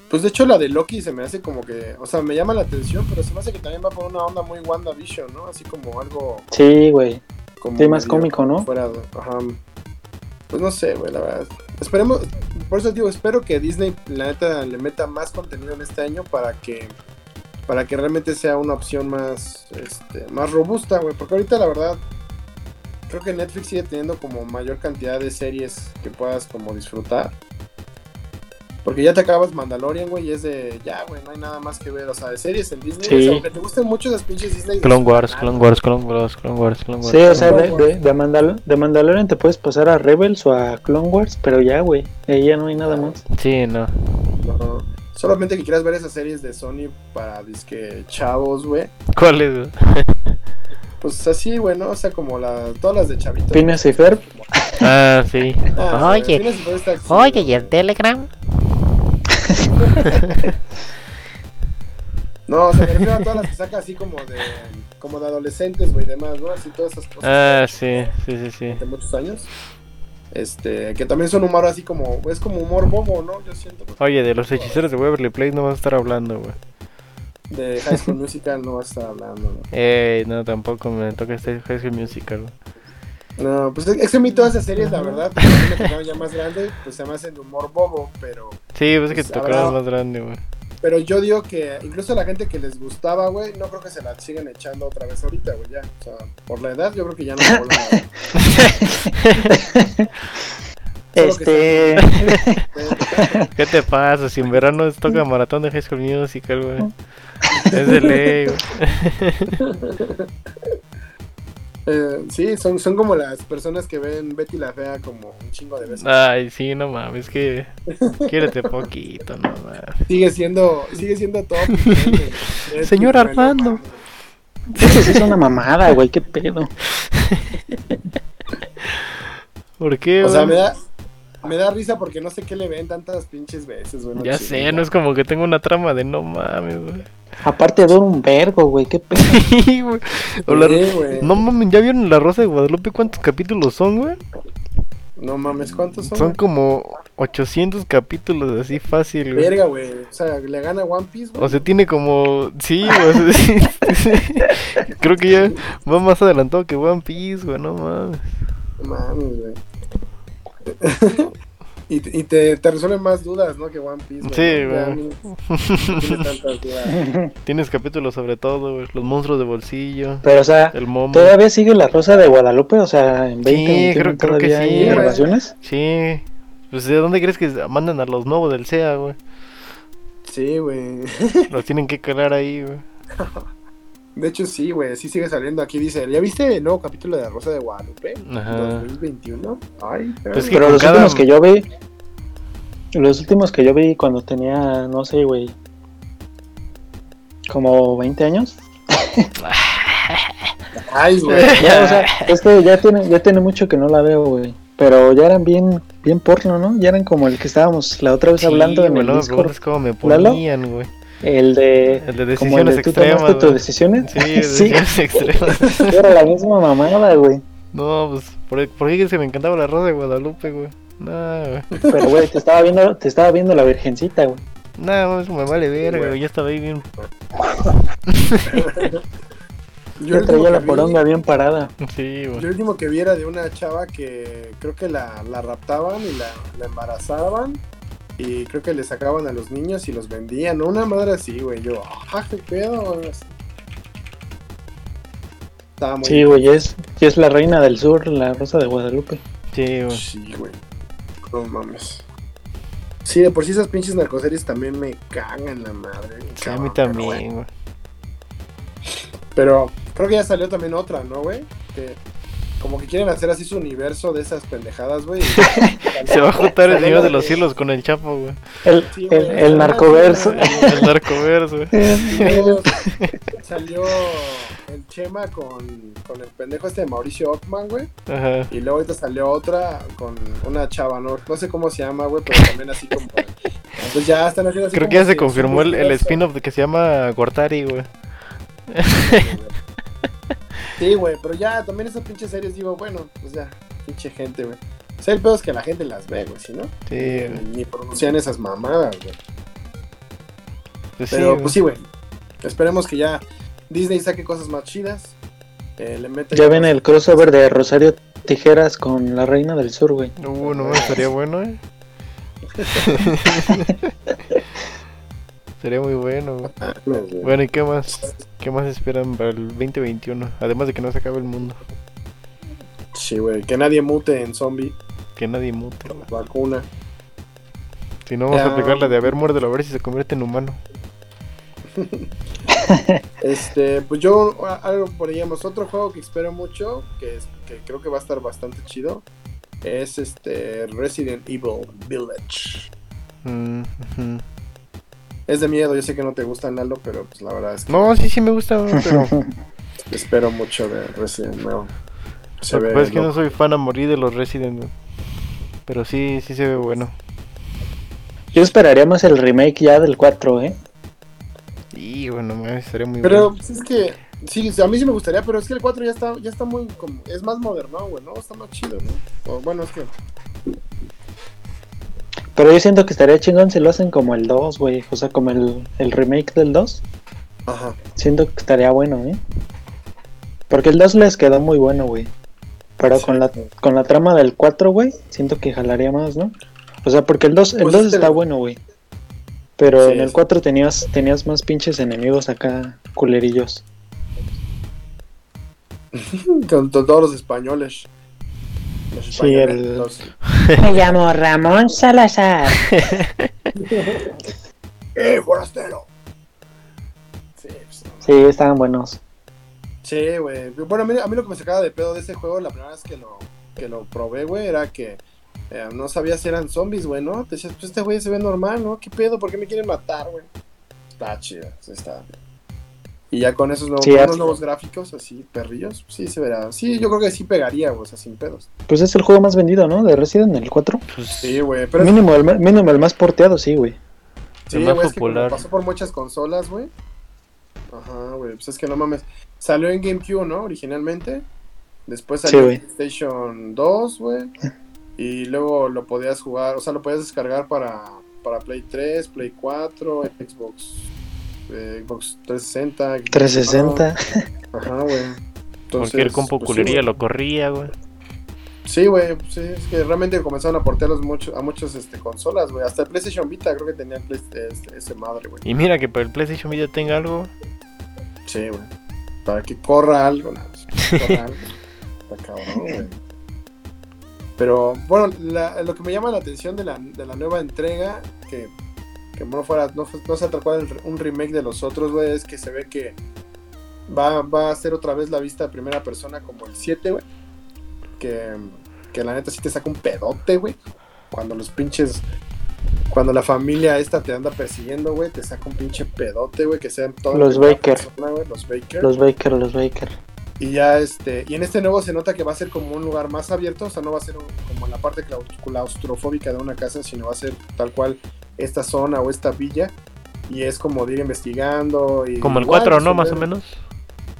Pues de hecho la de Loki se me hace como que. O sea, me llama la atención, pero se me hace que también va por una onda muy WandaVision, ¿no? Así como algo.
Sí, güey.
como
Sí, más
medio
cómico, ¿no?
fuera de- ajá. Pues no sé, güey, la verdad. Esperemos, por eso digo, espero que Disney, la neta, le meta más contenido en este año para que para que realmente sea una opción más este, más robusta, güey, porque ahorita la verdad creo que Netflix sigue teniendo como mayor cantidad de series que puedas como disfrutar. Porque ya te acabas Mandalorian, güey, y es de ya, güey, no hay nada más que ver, o sea, de series en Disney,
Sí.
o sea, aunque te gusten mucho las pinches Disney.
Clone Wars,
Ah,
Clone Wars, Clone Wars, Clone Wars, Clone Wars.
Sí, o sea,
Clone
de,
Wars.
de, de Mandal- de Mandalorian te puedes pasar a Rebels o a Clone Wars, pero ya, güey. Ahí ya no hay nada más.
Sí, no.
No, solamente que quieras ver esas series de Sony para disque chavos, güey.
¿Cuál es? güey?
Pues así, güey, ¿no? O sea, como la, todas las de chavitos.
Phineas y Ferb.
Ah, sí.
Ah,
Oye,
Phineas y Ferb está chido,
Oye, ¿y el
güey.
Telegram?
No, o sea, me refiero a todas las que saca así como de, como de adolescentes, güey, y demás, ¿no? Así todas esas cosas.
Ah, sí, sí, sí,
Ah.
sí.
De muchos años. Este, que también son humor así como, es como humor bobo, ¿no? Yo siento.
Oye, de los hechiceros de Waverly Place no vas a estar hablando, güey.
De High School Musical no vas a estar hablando, ¿no?
Eh, no, tampoco me toca este High School Musical, güey.
No, pues es que a mí todas esas series, la verdad, pues, a mí me tocaron ya más grande, pues se me hacen de humor bobo, pero...
Sí, pues es que
Pues
te tocaron
habrá-
más grande, güey.
Pero yo digo que incluso a la gente que les gustaba, güey, no creo que se la sigan echando otra vez ahorita, güey, ya. O sea, por la edad yo creo que ya no la vuelven a ver. Solo que
Este.
Pero-
¿Qué te pasa? Si en verano se toca maratón de High School Musical, güey. Es de ley, güey.
eh, sí, son, son como las personas que ven Betty la Fea como un chingo de veces.
Ay, sí, no mames, que. Quiérete poquito, no mames.
Sigue siendo, sigue siendo top. güey, de- de-
Señor
de-
Armando.
no mames.
Eso sí es una mamada, güey. Qué pedo.
¿Por qué,
O
güey?
sea, me da, me da risa porque no sé qué le ven tantas pinches veces, güey. no
Ya
chingues,
sé, no es como que tengo una trama de no mames, güey.
Aparte, dura un vergo, güey. Qué pedo.
Sí, güey. O la-
Sí, güey.
No mames, ¿ya vieron La Rosa de Guadalupe cuántos capítulos son, güey?
No mames, ¿cuántos son?
Son
güey?
como 800 capítulos así fácil, güey.
Verga, güey. O sea, le gana One Piece, güey.
O sea, tiene como... Sí, o sea, sí, sí. Creo que ya va más adelantado que One Piece, güey, no mames.
No mames, güey. y te- y te, te resuelven más dudas, ¿no? Que One Piece,
Sí,
Ya
güey.
ni- no tiene tantas dudas.
Tienes capítulos sobre todo, güey. Los monstruos de bolsillo,
Pero, o sea,
el momo.
¿todavía sigue la Rosa de Guadalupe? O sea, en 20
Sí, creo-
21
creo que
todavía hay
sí, güey.
grabaciones.
Sí. Pues, ¿de dónde crees que mandan a los nuevos del SEA, güey?
Sí, güey.
Los tienen que calar ahí, güey.
De hecho, sí, güey. Sí sigue saliendo. Aquí dice, ¿ya viste el nuevo capítulo de La Rosa de Guadalupe?
Ajá.
2021. Ay,
Pues que
Pero
con
los
cada-
últimos que yo vi, los últimos que yo vi cuando tenía, no sé, güey, como 20 años.
ay, güey.
Ya, o sea, es que ya tiene, ya tiene mucho que no la veo, güey. Pero ya eran bien, bien porno, ¿no? Ya eran como el que estábamos la otra vez
Sí,
hablando en
güey,
el
no me
Discord.
preguntes cómo me
Lalo.
ponían, güey.
El de,
El de
como el
decisiones
de tú tomaste
extremas,
tus
güey.
decisiones.
Sí, el de decisiones extremas.
era la misma mamada, güey.
No, pues, ¿por, por qué es que me encantaba la Rosa de Guadalupe, güey? No, güey.
Pero, güey, te estaba viendo, te estaba viendo la virgencita, güey.
No, eso me vale verga,
güey.
güey. Yo estaba ahí bien.
Yo
Yo
el último
traía
que
la
vi-
poronga bien parada.
Sí,
Yo
güey.
el último que vi era de una chava que creo que la, la raptaban y la, la embarazaban. Y creo que le sacaban a los niños y los vendían. Una madre así, güey. Yo, ah, qué pedo. güey. Estaba muy.
Sí, güey, es, y es la reina del sur, la Rosa de Guadalupe.
Sí, güey.
Sí, güey. No mames. Sí, de por sí esas pinches narcoseries también me cagan la madre.
Sí, a mí
cabrón, pero bueno.
también, güey.
Pero creo que ya salió también otra, ¿no, güey? Que como que quieren hacer así su universo de esas pendejadas, güey.
Se va a juntar el
Salió
Señor de
la
los Cielos con el Chapo, güey.
El,
Sí, güey.
el, el narcoverso.
El narcoverso, güey.
Y luego salió el Chema con, con el pendejo este de Mauricio Ockman, güey.
Ajá.
Y luego ahorita salió otra con una chava, ¿no? No sé cómo se llama, güey, pero también así como... Entonces ya están haciendo así
Creo
como
que ya se
su
confirmó el, el
universo.
spin-off de que se llama Gortari, güey.
Sí, güey, pero ya también esas pinches series digo, bueno, pues ya, pinche gente, güey. O sea, el pedo es que la gente las ve, güey, si no,
Sí, güey.
ni pronuncian esas mamadas, güey.
Pues sí,
Pero
güey.
pues sí, güey. Esperemos que ya Disney saque cosas más chidas. eh, le mete
Ya ven el crossover de Rosario Tijeras con la reina del sur, güey.
Uh, no mames, estaría bueno, eh. Sería muy bueno. güey.
Ah, no, güey.
Bueno, ¿y qué más? ¿Qué más esperan para el 2021? Además de que no se acabe el mundo,
Sí, güey. Que nadie mute en zombie.
que nadie mute. güey.
Vacuna.
Si no, vamos a
Ya.
aplicar la de haber muérdelo a ver si se convierte en humano.
Este, pues yo, a- algo por ahí, vamos, otro juego que espero mucho, que, es- que creo que va a estar bastante chido, es este Resident Evil Village.
Mm, ujú.
Es de miedo, yo sé que no te gusta Lalo, pero pues la verdad es que
No, sí, sí me gusta, güey, pero
espero mucho de Resident Evil. Se
Lo que
ve
pasa es que no
loco.
soy fan a morir de los Resident, güey. pero sí, sí se ve bueno.
Yo esperaría más el remake ya del 4, ¿eh?
Y bueno, me estaría muy
Pero
bueno.
pues, es que, sí, a mí sí me gustaría, pero es que el 4 ya está, ya está muy, como, es más moderno, güey, ¿no? Está más chido, ¿no? O, bueno, es que,
Pero yo siento que estaría chingón si lo hacen como el 2, güey. O sea, como el, el remake del 2.
ajá.
Siento que estaría bueno, ¿eh? Porque el 2 les quedó muy bueno, güey. Pero
Sí.
con, la, con la trama del 4, güey, siento que jalaría más, ¿no? O sea, porque el 2, el
Pues
2
este-
está bueno, güey. Pero
Sí,
en el
es-
4 tenías, tenías más pinches enemigos acá, culerillos.
Con to- todos los españoles. Los
Sí,
españoles,
el-
los-
Me llamo Ramón Salazar.
¡Eh, forastero! Sí, pues, no.
Sí, estaban buenos.
Sí, güey. Bueno, a mí, a mí lo que me sacaba de pedo de ese juego la primera vez que lo, que lo probé, güey, era que eh, no sabía si eran zombies, güey, ¿no? Te decías, pues este güey se ve normal, ¿no? ¿Qué pedo? ¿Por qué me quieren matar, güey? Está chido, sí está. Y ya con esos nuevos,
Sí,
con
ya-
unos nuevos gráficos así, perrillos, sí se verá. Sí, yo creo que sí pegaría, güey, o sea, sin pedos.
Pues es el juego más vendido, ¿no? De Resident el 4.
pues, Sí, güey, pero es
Mínimo el, ma- mínimo el más porteado, sí, güey.
Sí,
El más
güey, es que como
popular.
pasó por muchas consolas, güey. Ajá, güey, pues es que no mames. Salió en GameCube, ¿no? Originalmente. Después
Sí,
salió
güey.
en PlayStation 2, güey. Y luego lo podías jugar, o sea, lo podías descargar para, para Play 3, Play 4, Xbox, eh, Xbox 360. Xbox
360.
Ah, One. Ajá, güey. Entonces,
Cualquier compu
pues sí,
culería
güey.
lo corría, güey.
Sí, güey, pues, sí, es que realmente comenzaron a portearlos mucho, a muchos este, consolas, güey. Hasta el PlayStation Vita creo que tenía Play- este, ese madre, güey.
Y mira que para el PlayStation Vita tenga algo.
Sí, güey. Para que corra algo, no, pues, corra algo. Está cabrón, güey. Pero, bueno, la- lo que me llama la atención de la, de la nueva entrega, que, que no fuera, no, fue- no sea tal cual el re- un remake de los otros, güey, es que se ve que va, va a ser otra vez la vista de primera persona como el 7, güey. Que, que la neta sí te saca un pedote, güey. Cuando los pinches cuando la familia esta te anda persiguiendo, güey, te saca un pinche pedote, güey, que sean todos
Los Baker.
los Baker.
Los Baker, los Baker.
Y ya este, y en este nuevo se nota que va a ser como un lugar más abierto, o sea, no va a ser un- como en la parte clau- claustrofóbica de una casa, sino va a ser tal cual esta zona o esta villa. Y es como de ir investigando. Y
Como el
igual
4, ¿no? Más o
resolver-
menos.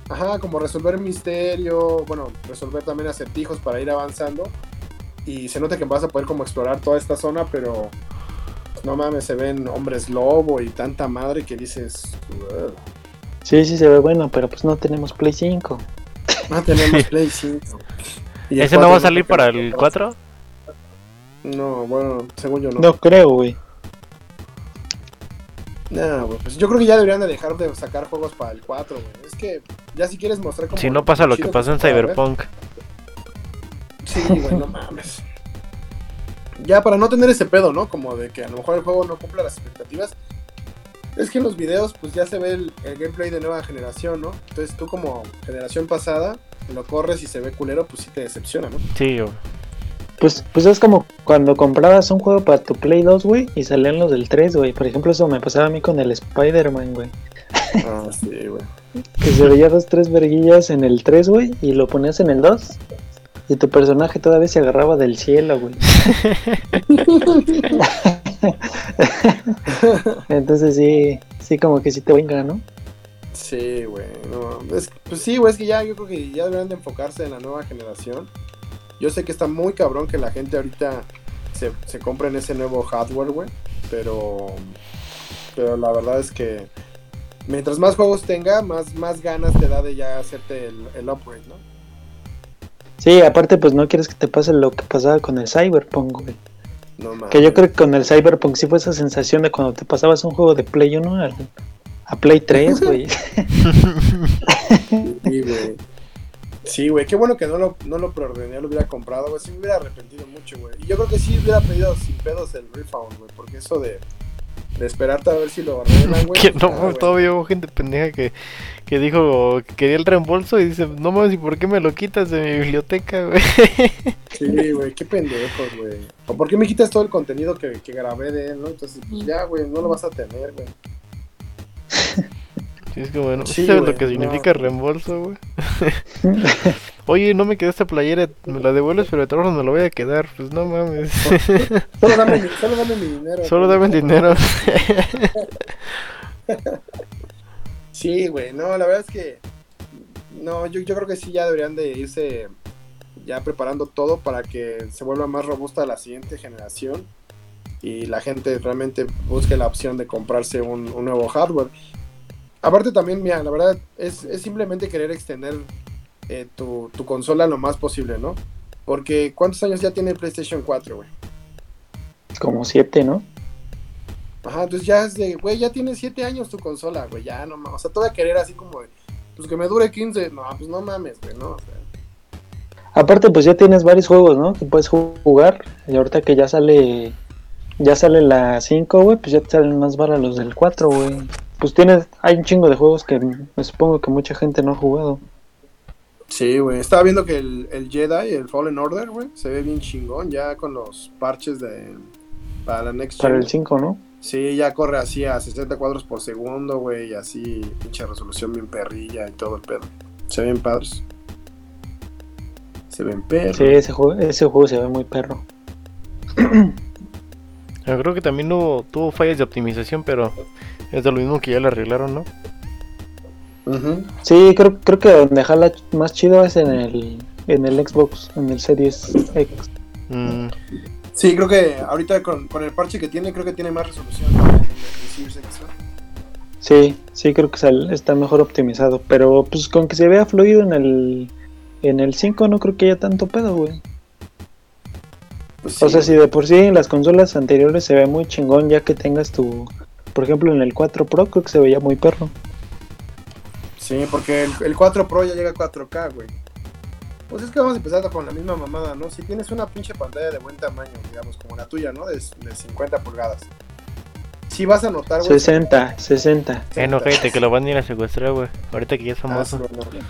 Ajá, como resolver misterio, bueno, resolver también acertijos para ir avanzando. Y se nota que vas a poder como explorar toda esta zona, pero pues, no mames, se ven hombres lobo y tanta madre que dices, "Ugh,
Sí, sí se ve bueno, pero pues no tenemos Play 5.
no Ah, tenemos Play 5. Y el
¿Ese no va a
4
salir
creo
para
que
el
va a
4?
No, bueno, según yo no.
No creo, güey.
No, güey, pues yo creo que ya deberían de dejar de sacar juegos para el 4, güey. Es que ya si quieres mostrar como
Si no pasa lo que
chido
pasó en
puede haber.
Cyberpunk.
Sí, güey, no mames. Ya para no tener ese pedo, ¿no? Como de que a lo mejor el juego no cumpla las expectativas. Es que en los videos pues ya se ve el, el gameplay de nueva generación, ¿no? Entonces tú como generación pasada lo corres y se ve culero, pues sí te decepciona, ¿no?
Sí, güey.
Pues, pues es como cuando comprabas un juego para tu Play 2, güey, y salían los del 3, güey. Por ejemplo, eso me pasaba a mí con el Spider-Man, güey.
Ah, sí, güey.
Que se veía dos, tres verguillas en el 3, güey, y lo ponías en el 2. Y tu personaje todavía se agarraba del cielo, güey. Entonces sí, sí como que sí te venga, ¿no?
Sí, güey. no, es- pues sí, güey, es que ya yo creo que ya deberían de enfocarse en la nueva generación. Yo sé que está muy cabrón que la gente ahorita se, se compre en ese nuevo hardware, güey. Pero, pero la verdad es que mientras más juegos tenga, más, más ganas te da de ya hacerte el, el upgrade, ¿no?
Sí, aparte pues no quieres que te pase lo que pasaba con el Cyberpunk, güey.
No mames.
Que yo creo que con el Cyberpunk sí fue esa sensación de cuando te pasabas un juego de Play 1 al- a Play 3, güey.
Sí, güey. Sí, güey, qué bueno que no lo, no lo preordené, lo hubiera comprado, güey. Sí me hubiera arrepentido mucho, güey. Y yo creo que sí hubiera pedido sin pedos el refund, güey. Porque eso de, de esperarte a ver si lo arreglan, güey.
Que
pues
no,
nada,
güey,
güey.
todavía hubo gente pendeja que, que dijo que quería el reembolso y dice, no mames, ¿y por qué me lo quitas de mi biblioteca, güey?
Sí, güey, qué pendejos, güey. ¿O por qué me quitas todo el contenido que, que grabé de él, no? Entonces, pues ya, güey, no lo vas a tener, güey.
Sí, es que bueno,
Sí,
¿sabes
güey,
lo que
no.
significa reembolso, güey? Oye, no me quedé esta playera, me la devuelves, pero de todas formas me la voy a quedar, pues no mames.
Solo dame mi, solo dame mi dinero.
Solo
güey.
dame dinero.
Sí, güey, no, la verdad es que no, yo, yo creo que sí ya deberían de irse ya preparando todo para que se vuelva más robusta la siguiente generación y la gente realmente busque la opción de comprarse un, un nuevo hardware. Aparte también, mira, la verdad es, es simplemente querer extender eh, tu, tu consola lo más posible, ¿no? Porque ¿cuántos años ya tiene el PlayStation 4, güey?
Como 7, ¿no?
Ajá, entonces ya es de, güey, ya tiene 7 años tu consola, güey, ya no mames. O sea, te voy a querer así como de, pues que me dure 15. No, pues no mames, güey, no. o sea,
Aparte, pues ya tienes varios juegos, ¿no? Que puedes ju- jugar. Y ahorita que ya sale. Ya sale la 5, güey. Pues ya te salen más baratos los del 4, güey. Pues tienes. Hay un chingo de juegos que me supongo que mucha gente no ha jugado.
Sí, güey. Estaba viendo que el, el Jedi, el Fallen Order, güey, se ve bien chingón ya con los parches de. Para la Next
Para
Gen.
el 5, ¿no?
Sí, ya corre así a 60 cuadros por segundo, güey, y así, pinche resolución bien perrilla y todo el pedo. Se ven padres. Se ven perros.
Sí, ese juego, ese juego se ve muy perro.
Yo creo que también hubo- tuvo fallas de optimización, pero es de lo mismo que ya la arreglaron, ¿no?
Ujú.
Sí, creo, creo que donde jala más chido es en el. En el Xbox, en el Series X.
Mm,
Sí, creo que ahorita con, con el parche que tiene, creo que tiene más resolución en el- en el Series X, ¿no?
Sí, sí, creo que sal- está mejor optimizado. Pero pues con que se vea fluido en el, en el 5 no creo que haya tanto pedo, güey.
Pues
O sea,
sí.
si de por sí en las consolas anteriores se ve muy chingón ya que tengas tu... Por ejemplo, en el 4 Pro creo que se veía muy perro.
Sí, porque el, el 4 Pro ya llega a 4K, güey. Pues es que vamos empezando con la misma mamada, ¿no? Si tienes una pinche pantalla de buen tamaño, digamos, como la tuya, ¿no? De, de 50 pulgadas. Si vas a notar, güey.
60, 60.
eh, no, cállate, que lo van a ir a secuestrar, güey. Ahorita que ya es
Ah,
famoso.
sí, güey, no.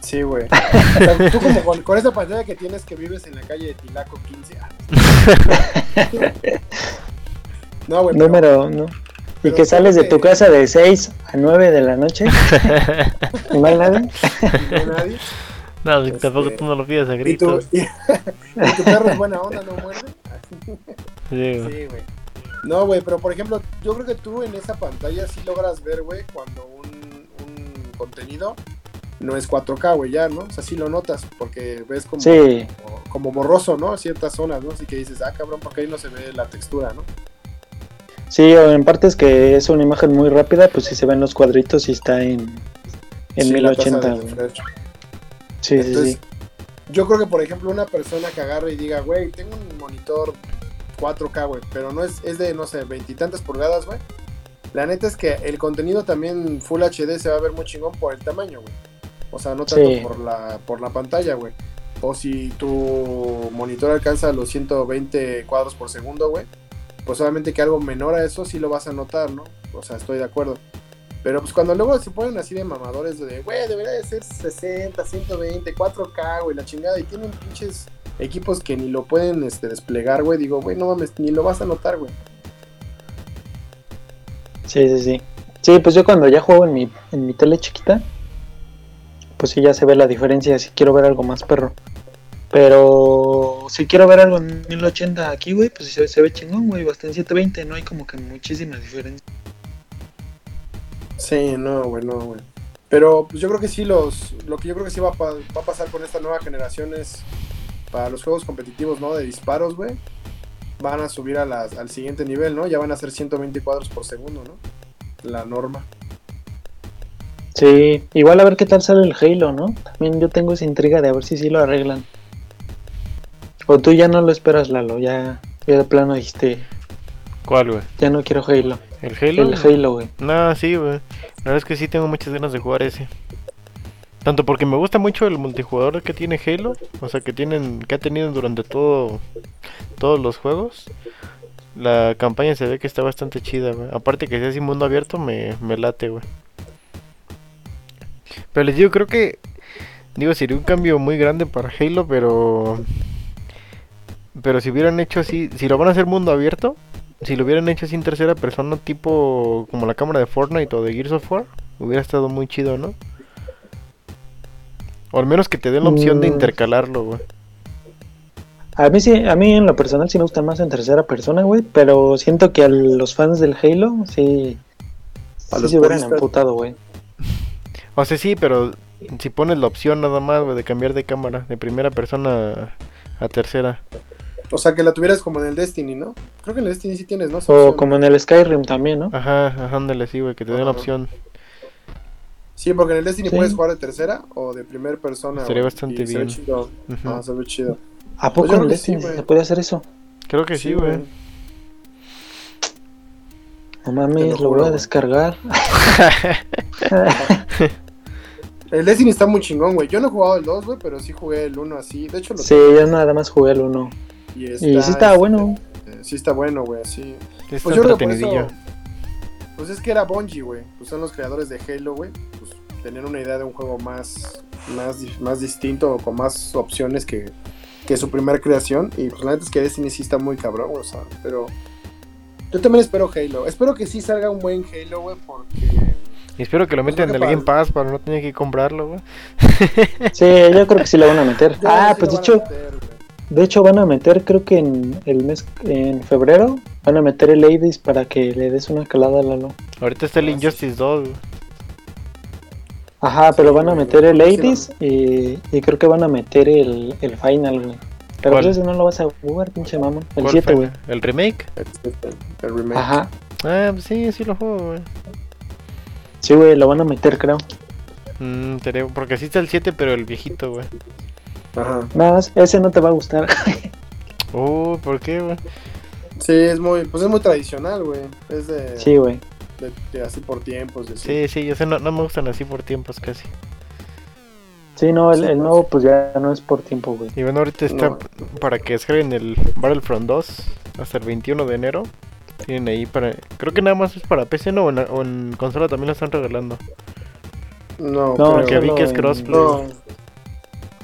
Sí, güey. O sea, tú como con, con esa pantalla que tienes que vives en la calle de Tilaco 15. ah. No, güey. pero-
Número, ¿no? Y
pero
que sales de
creo
tu
que-
casa de 6 a 9 de la noche. ¿Y mal nada?
no hay nadie.
no, tampoco
Este,
tú no lo pidas a
Y tu,
gritos.
y, tu perro es buena onda, no muerde.
Sí, güey.
Sí, güey. No, güey, pero por ejemplo, yo creo que tú en esa pantalla sí logras ver, güey, cuando un, un contenido no es 4K, güey, ya, ¿no? O sea, sí lo notas, porque ves como,
Sí,
como, como borroso, ¿no? Ciertas zonas, ¿no? Así que dices, ah, cabrón, porque ahí no se ve la textura, ¿no?
sí, o en partes que es una imagen muy rápida, pues sí se ven los cuadritos y está en, en
Sí, la tasa
1080.
de
güey.
refresh.
Sí, sí,
Entonces,
sí.
yo creo que, por ejemplo, una persona que agarre y diga, güey, tengo un monitor 4K, güey, pero no es, es de, no sé, veintitantas pulgadas, güey. La neta es que el contenido también Full HD se va a ver muy chingón por el tamaño, güey. O sea, no tanto
Sí.
por, la, por la pantalla, güey. O si tu monitor alcanza los 120 cuadros por segundo, güey. Pues obviamente que algo menor a eso sí lo vas a notar, ¿no? O sea, estoy de acuerdo. Pero pues cuando luego se ponen así de mamadores de, güey, debería de ser 60, 120, 4K, güey, la chingada. Y tienen pinches equipos que ni lo pueden este, desplegar, güey. Digo, güey, no mames, ni lo vas a notar, güey.
Sí, sí, sí. Sí, pues yo cuando ya juego en mi, en mi tele chiquita, pues sí ya se ve la diferencia si quiero ver algo más perro. Pero si quiero ver algo en 1080 aquí, güey, pues se, se ve chingón, güey, o hasta en 720, no hay como que muchísima diferencia.
Sí, no, güey, no, güey. Pero pues, yo creo que sí, los, lo que yo creo que sí va a, pa- va a pasar con esta nueva generación es para los juegos competitivos, ¿no? De disparos, güey. Van a subir a las, al siguiente nivel, ¿no? Ya van a ser 120 cuadros por segundo, ¿no? La norma.
Sí, igual a ver qué tal sale el Halo, ¿no? También yo tengo esa intriga de a ver si sí lo arreglan. O tú ya no lo esperas, Lalo, ya, ya de plano dijiste,
¿Cuál, güey?
ya no quiero Halo.
¿El Halo?
El Halo, güey.
No, sí, güey. La verdad es que sí tengo muchas ganas de jugar ese. Tanto porque me gusta mucho el multijugador que tiene Halo, o sea, que tienen que ha tenido durante todo todos los juegos. La campaña se ve que está bastante chida, güey. Aparte que sea así mundo abierto me, me late, güey. Pero les digo, creo que digo, sería un cambio muy grande para Halo, pero pero si hubieran hecho así, si lo van a hacer mundo abierto, si lo hubieran hecho sin tercera persona, tipo como la cámara de Fortnite o de Gears of War, hubiera estado muy chido, ¿no? O al menos que te den la opción de
Mm.
intercalarlo, güey.
A mí sí, a mí en lo personal sí me gusta más en tercera persona, güey, pero siento que a los fans del Halo sí,
A
sí
los
se hubieran
puristas.
amputado, güey.
O sea, sí, pero si pones la opción nada más, güey, de cambiar de cámara, de primera persona a tercera.
O sea, que la tuvieras como en el Destiny, ¿no? Creo que en el Destiny sí tienes, ¿no? Esa
O
opción.
como en el Skyrim también, ¿no?
Ajá, ajá, ándale, sí, güey, que te den la
Ajá.
opción.
Sí, porque en el Destiny
Sí.
puedes jugar de tercera o de primera persona.
Estaría
güey,
bastante
y se ve
bien.
chido.
Ujú.
Ah, se ve chido.
¿A
Pues
poco
yo
en
creo
el
que sí,
Destiny
güey.
se puede hacer eso?
Creo que sí, güey.
No
Te lo
mames, lo,
juro,
voy a
güey.
descargar.
El Destiny está muy chingón, güey. Yo no he jugado el 2, güey, pero sí jugué el 1 así. De hecho, lo
Sí, yo nada más jugué el uno.
Y,
Y sí estaba
este,
bueno.
eh, sí está bueno, güey, sí.
Este Está
Pues yo creo que por
entretenidillo.
eso... Pues es que era Bungie, güey. Pues son los creadores de Halo, güey. Pues tenían una idea de un juego más, más, di- más distinto o con más opciones que, que su primera creación. Y pues la neta es que Destiny sí está muy cabrón, güey, o sea, pero... Yo también espero Halo. Espero que sí salga un buen Halo, güey, porque...
Y espero que lo
Pues
metan
creo
en
que
el Game
para-
Pass para no tener que comprarlo, güey.
Sí, yo creo que sí lo van a meter.
Yo
Ah,
sí
pues de
lo van
hecho,
a meter, güey.
de hecho van a meter, creo que en el mes, en febrero, van a meter el Ladies para que le des una calada a Lalo.
Ahorita está el
Ah, sí, sí.
Injustice 2, güey.
Ajá, pero van a meter el
Sí,
Ladies y, y creo que van a meter el, el Final, güey. Pero pues
¿Cuál?
ese no lo vas a jugar, pinche mamón. El
¿Cuál
7,
fue?
güey.
¿El remake?
El remake.
Ajá.
Ah, pues sí, sí lo juego, güey.
Sí, güey, lo van a meter, creo.
Mm, estaría- porque así está el 7, pero el viejito, güey.
Ajá.
Nada más, ese no te va a gustar.
Oh, ¿por qué, güey?
Sí, es muy, pues es muy tradicional, güey. Es de,
sí, güey.
de- de así por tiempos. de
Sí,
así.
sí, yo sé, no, no me gustan así por tiempos casi.
Sí, no, el,
Sí,
el
pues.
nuevo pues ya no es por tiempo, güey.
Y bueno, ahorita está
No.
para que descarguen el Battlefront 2 hasta el 21 de enero. Tienen ahí para. Creo que nada más es para PC, ¿no? O en, o en consola también lo están regalando.
No,
No,
creo
Porque
que
vi que es
en-
crossplay.
no.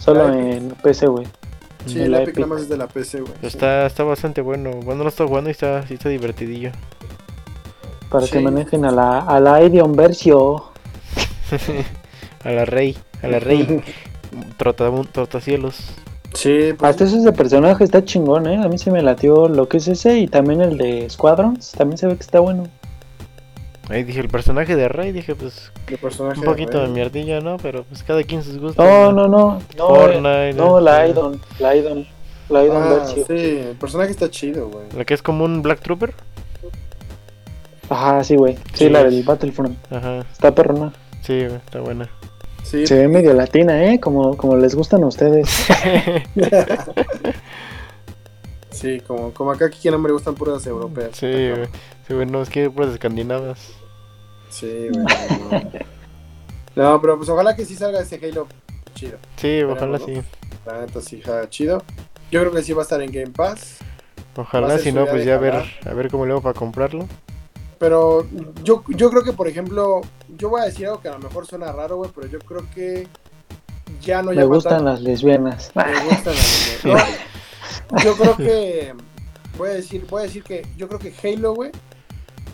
Solo
La Epic.
en PC, güey.
Sí,
De
el
la
Epic
Epic.
nada más es de la PC, güey.
Pero Está, está bastante bueno. Bueno, lo está jugando y está, sí está divertidillo.
Para que
Sí.
manejen a la, a la Edion Versio.
a la rey, a la rey. Trotamu- Trotacielos.
Sí, pues,
Hasta eso ese personaje está chingón, ¿eh? A mí se me latió lo que es ese y también el de Squadrons. También se ve que está bueno.
Ahí dije, el personaje de rey, dije, pues
el personaje.
un poquito de
güey. Oh,
mierdilla, ¿no? Pero pues cada quien sus gustos.
No, no, no. No,
Fortnite,
eh, no la
este.
Idon. La Idon. La Idon
Ah,
Versio.
sí, el personaje está chido, güey.
Lo que es como un Black Trooper.
Ajá, sí, güey. Sí,
Sí,
la
es.
del Battlefront.
Ajá,
Está perrona.
sí, güey, está buena.
Sí,
Se ve medio latina, ¿eh? Como, como les gustan a ustedes.
sí, como, como acá aquí no me gustan puras europeas.
Sí,
Acá.
güey. Sí, güey, no, es que puras escandinavas.
Sí, güey. No. No, pero pues ojalá que sí salga ese Halo chido.
Sí, ojalá
¿no?
sí.
La neta sí, ja, chido. Yo creo que sí va a estar en Game Pass. Va a
Ojalá,
ser
si
su
no,
día
pues
de
ya a ver,
jalar.
a ver cómo le hago para comprarlo.
Pero yo, yo creo que, por ejemplo, yo voy a decir algo que a lo mejor suena raro, güey, pero yo creo que ya no
Me
llama
gustan
tanto-
las lesbianas.
Me gustan las- no. Yo creo que voy a decir, voy a decir que yo creo que Halo, güey.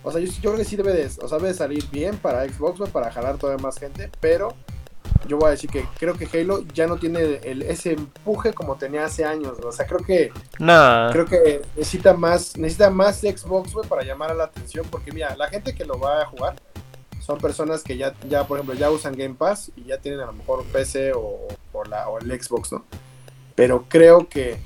O sea, yo, yo creo que sí debe de, o sea, debe de salir bien para Xbox, güey, para jalar todavía más gente, pero yo voy a decir que creo que Halo ya no tiene el, ese empuje como tenía hace años, güey. o sea, creo que
Nah.
creo que necesita más, necesita más Xbox, güey, para llamar a la atención, porque mira, la gente que lo va a jugar son personas que ya, ya por ejemplo, ya usan Game Pass y ya tienen a lo mejor un PC o, o la, o el Xbox, ¿no? Pero creo que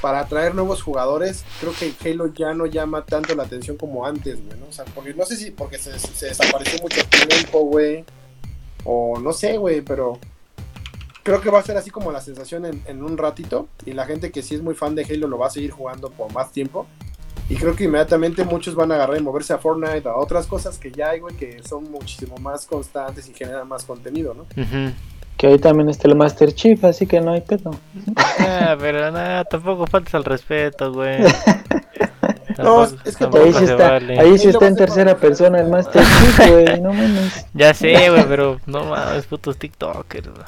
para atraer nuevos jugadores, creo que Halo ya no llama tanto la atención como antes, güey, ¿no? O sea, porque no sé si porque se, se desapareció mucho tiempo, güey, o no sé, güey, pero creo que va a ser así como la sensación en, en un ratito. Y la gente que sí es muy fan de Halo lo va a seguir jugando por más tiempo. Y creo que inmediatamente muchos van a agarrar y moverse a Fortnite, a otras cosas que ya hay, güey, que son muchísimo más constantes y generan más contenido, ¿no?
Ujú.
Que ahí también está el Master Chief, así que no hay pedo.
Ah, pero nada, tampoco faltas al respeto, güey.
No, es que
tampoco
pues Ahí sí
se
está,
vale.
ahí sí
Ahí
está
lo vas
en
a
tercera
conocer.
persona el Master Chief, güey. No mames.
Ya sé, güey, pero no mames, putos TikTokers. güey.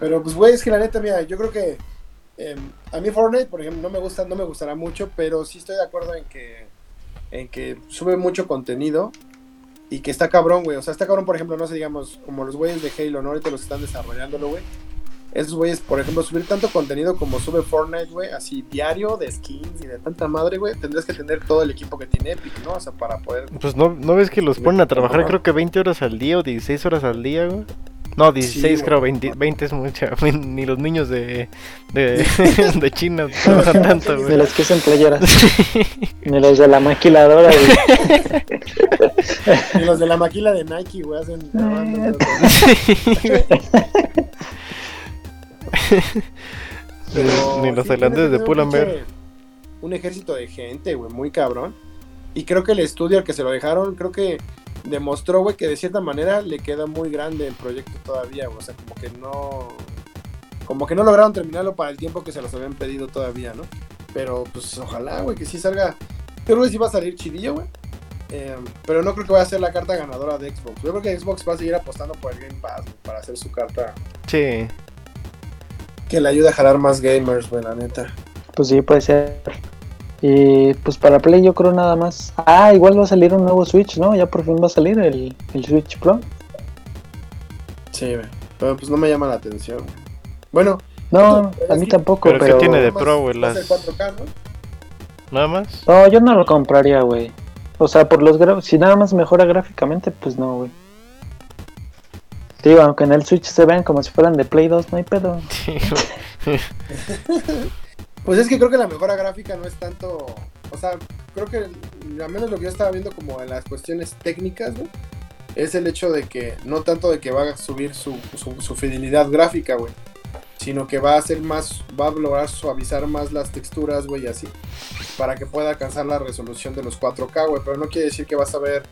Pero pues, güey, es que la neta, mira, yo creo que em, a mí Fortnite, por ejemplo, no me gusta, no me gustará mucho, pero sí estoy de acuerdo en que, en que sube mucho contenido y que está cabrón, güey. O sea, está cabrón, por ejemplo, no sé, digamos, como los güeyes de Halo, ¿no? Ahorita los que están desarrollándolo, güey. Esos güeyes, por ejemplo, subir tanto contenido como sube Fortnite, güey, así diario de skins y de tanta madre, güey, tendrías que tener todo el equipo que tiene Epic, ¿no? O sea, para poder...
Pues no, no ves que los ponen a trabajar, creo que 20 horas al día o 16 horas al día, güey. No, 16
Sí,
creo, 20, 20 es mucha. güey, Ni los niños de, de, de China trabajan tanto,
De
güey.
las que son playeras. De los de la maquiladora, güey.
Y los de la maquila de Nike, güey, hacen... Pero
Ni los
sí,
tailandeses de
tiene que tener un
Pull&Bear.
pinche- Un ejército de gente, güey, muy cabrón. Y creo que el estudio al que se lo dejaron, creo que demostró, güey, que de cierta manera le queda muy grande el proyecto todavía, güey. O sea, como que no. Como que no lograron terminarlo para el tiempo que se los habían pedido todavía, ¿no? Pero pues ojalá, güey, que sí salga. Yo creo que sí va a salir chidillo, güey. Eh, pero no creo que vaya a ser la carta ganadora de Xbox. Yo creo que Xbox va a seguir apostando por el Game Pass güey, para hacer su carta
Sí.
que le ayude a jalar más gamers, güey, la neta.
Pues sí, puede ser. Y pues para Play yo creo nada más. Ah, igual va a salir un nuevo Switch, ¿no? Ya por fin va a salir el, el Switch Pro.
Sí, güey. Pero pues no me llama la atención. güey. Bueno,
No,
Pero
a
es
mí
que-
tampoco,
pero
pero...
¿qué tiene de
más-
pro, güey,
más
las-
el 4K, ¿no?
Nada más.
No, yo no lo compraría, güey. O sea, por los gra- si nada más mejora gráficamente, pues no, güey. Te digo, aunque en el Switch se vean como si fueran de Play 2, no hay pedo.
Sí,
Pues es que creo que la mejora gráfica no es tanto. O sea, creo que el- al menos lo que yo estaba viendo como en las cuestiones técnicas, güey, es el hecho de que no tanto de que va a subir su, su, su fidelidad gráfica, güey, sino que va a hacer más, va a lograr suavizar más las texturas, güey, y así, para que pueda alcanzar la resolución de los 4K, güey, pero no quiere decir que vas a ver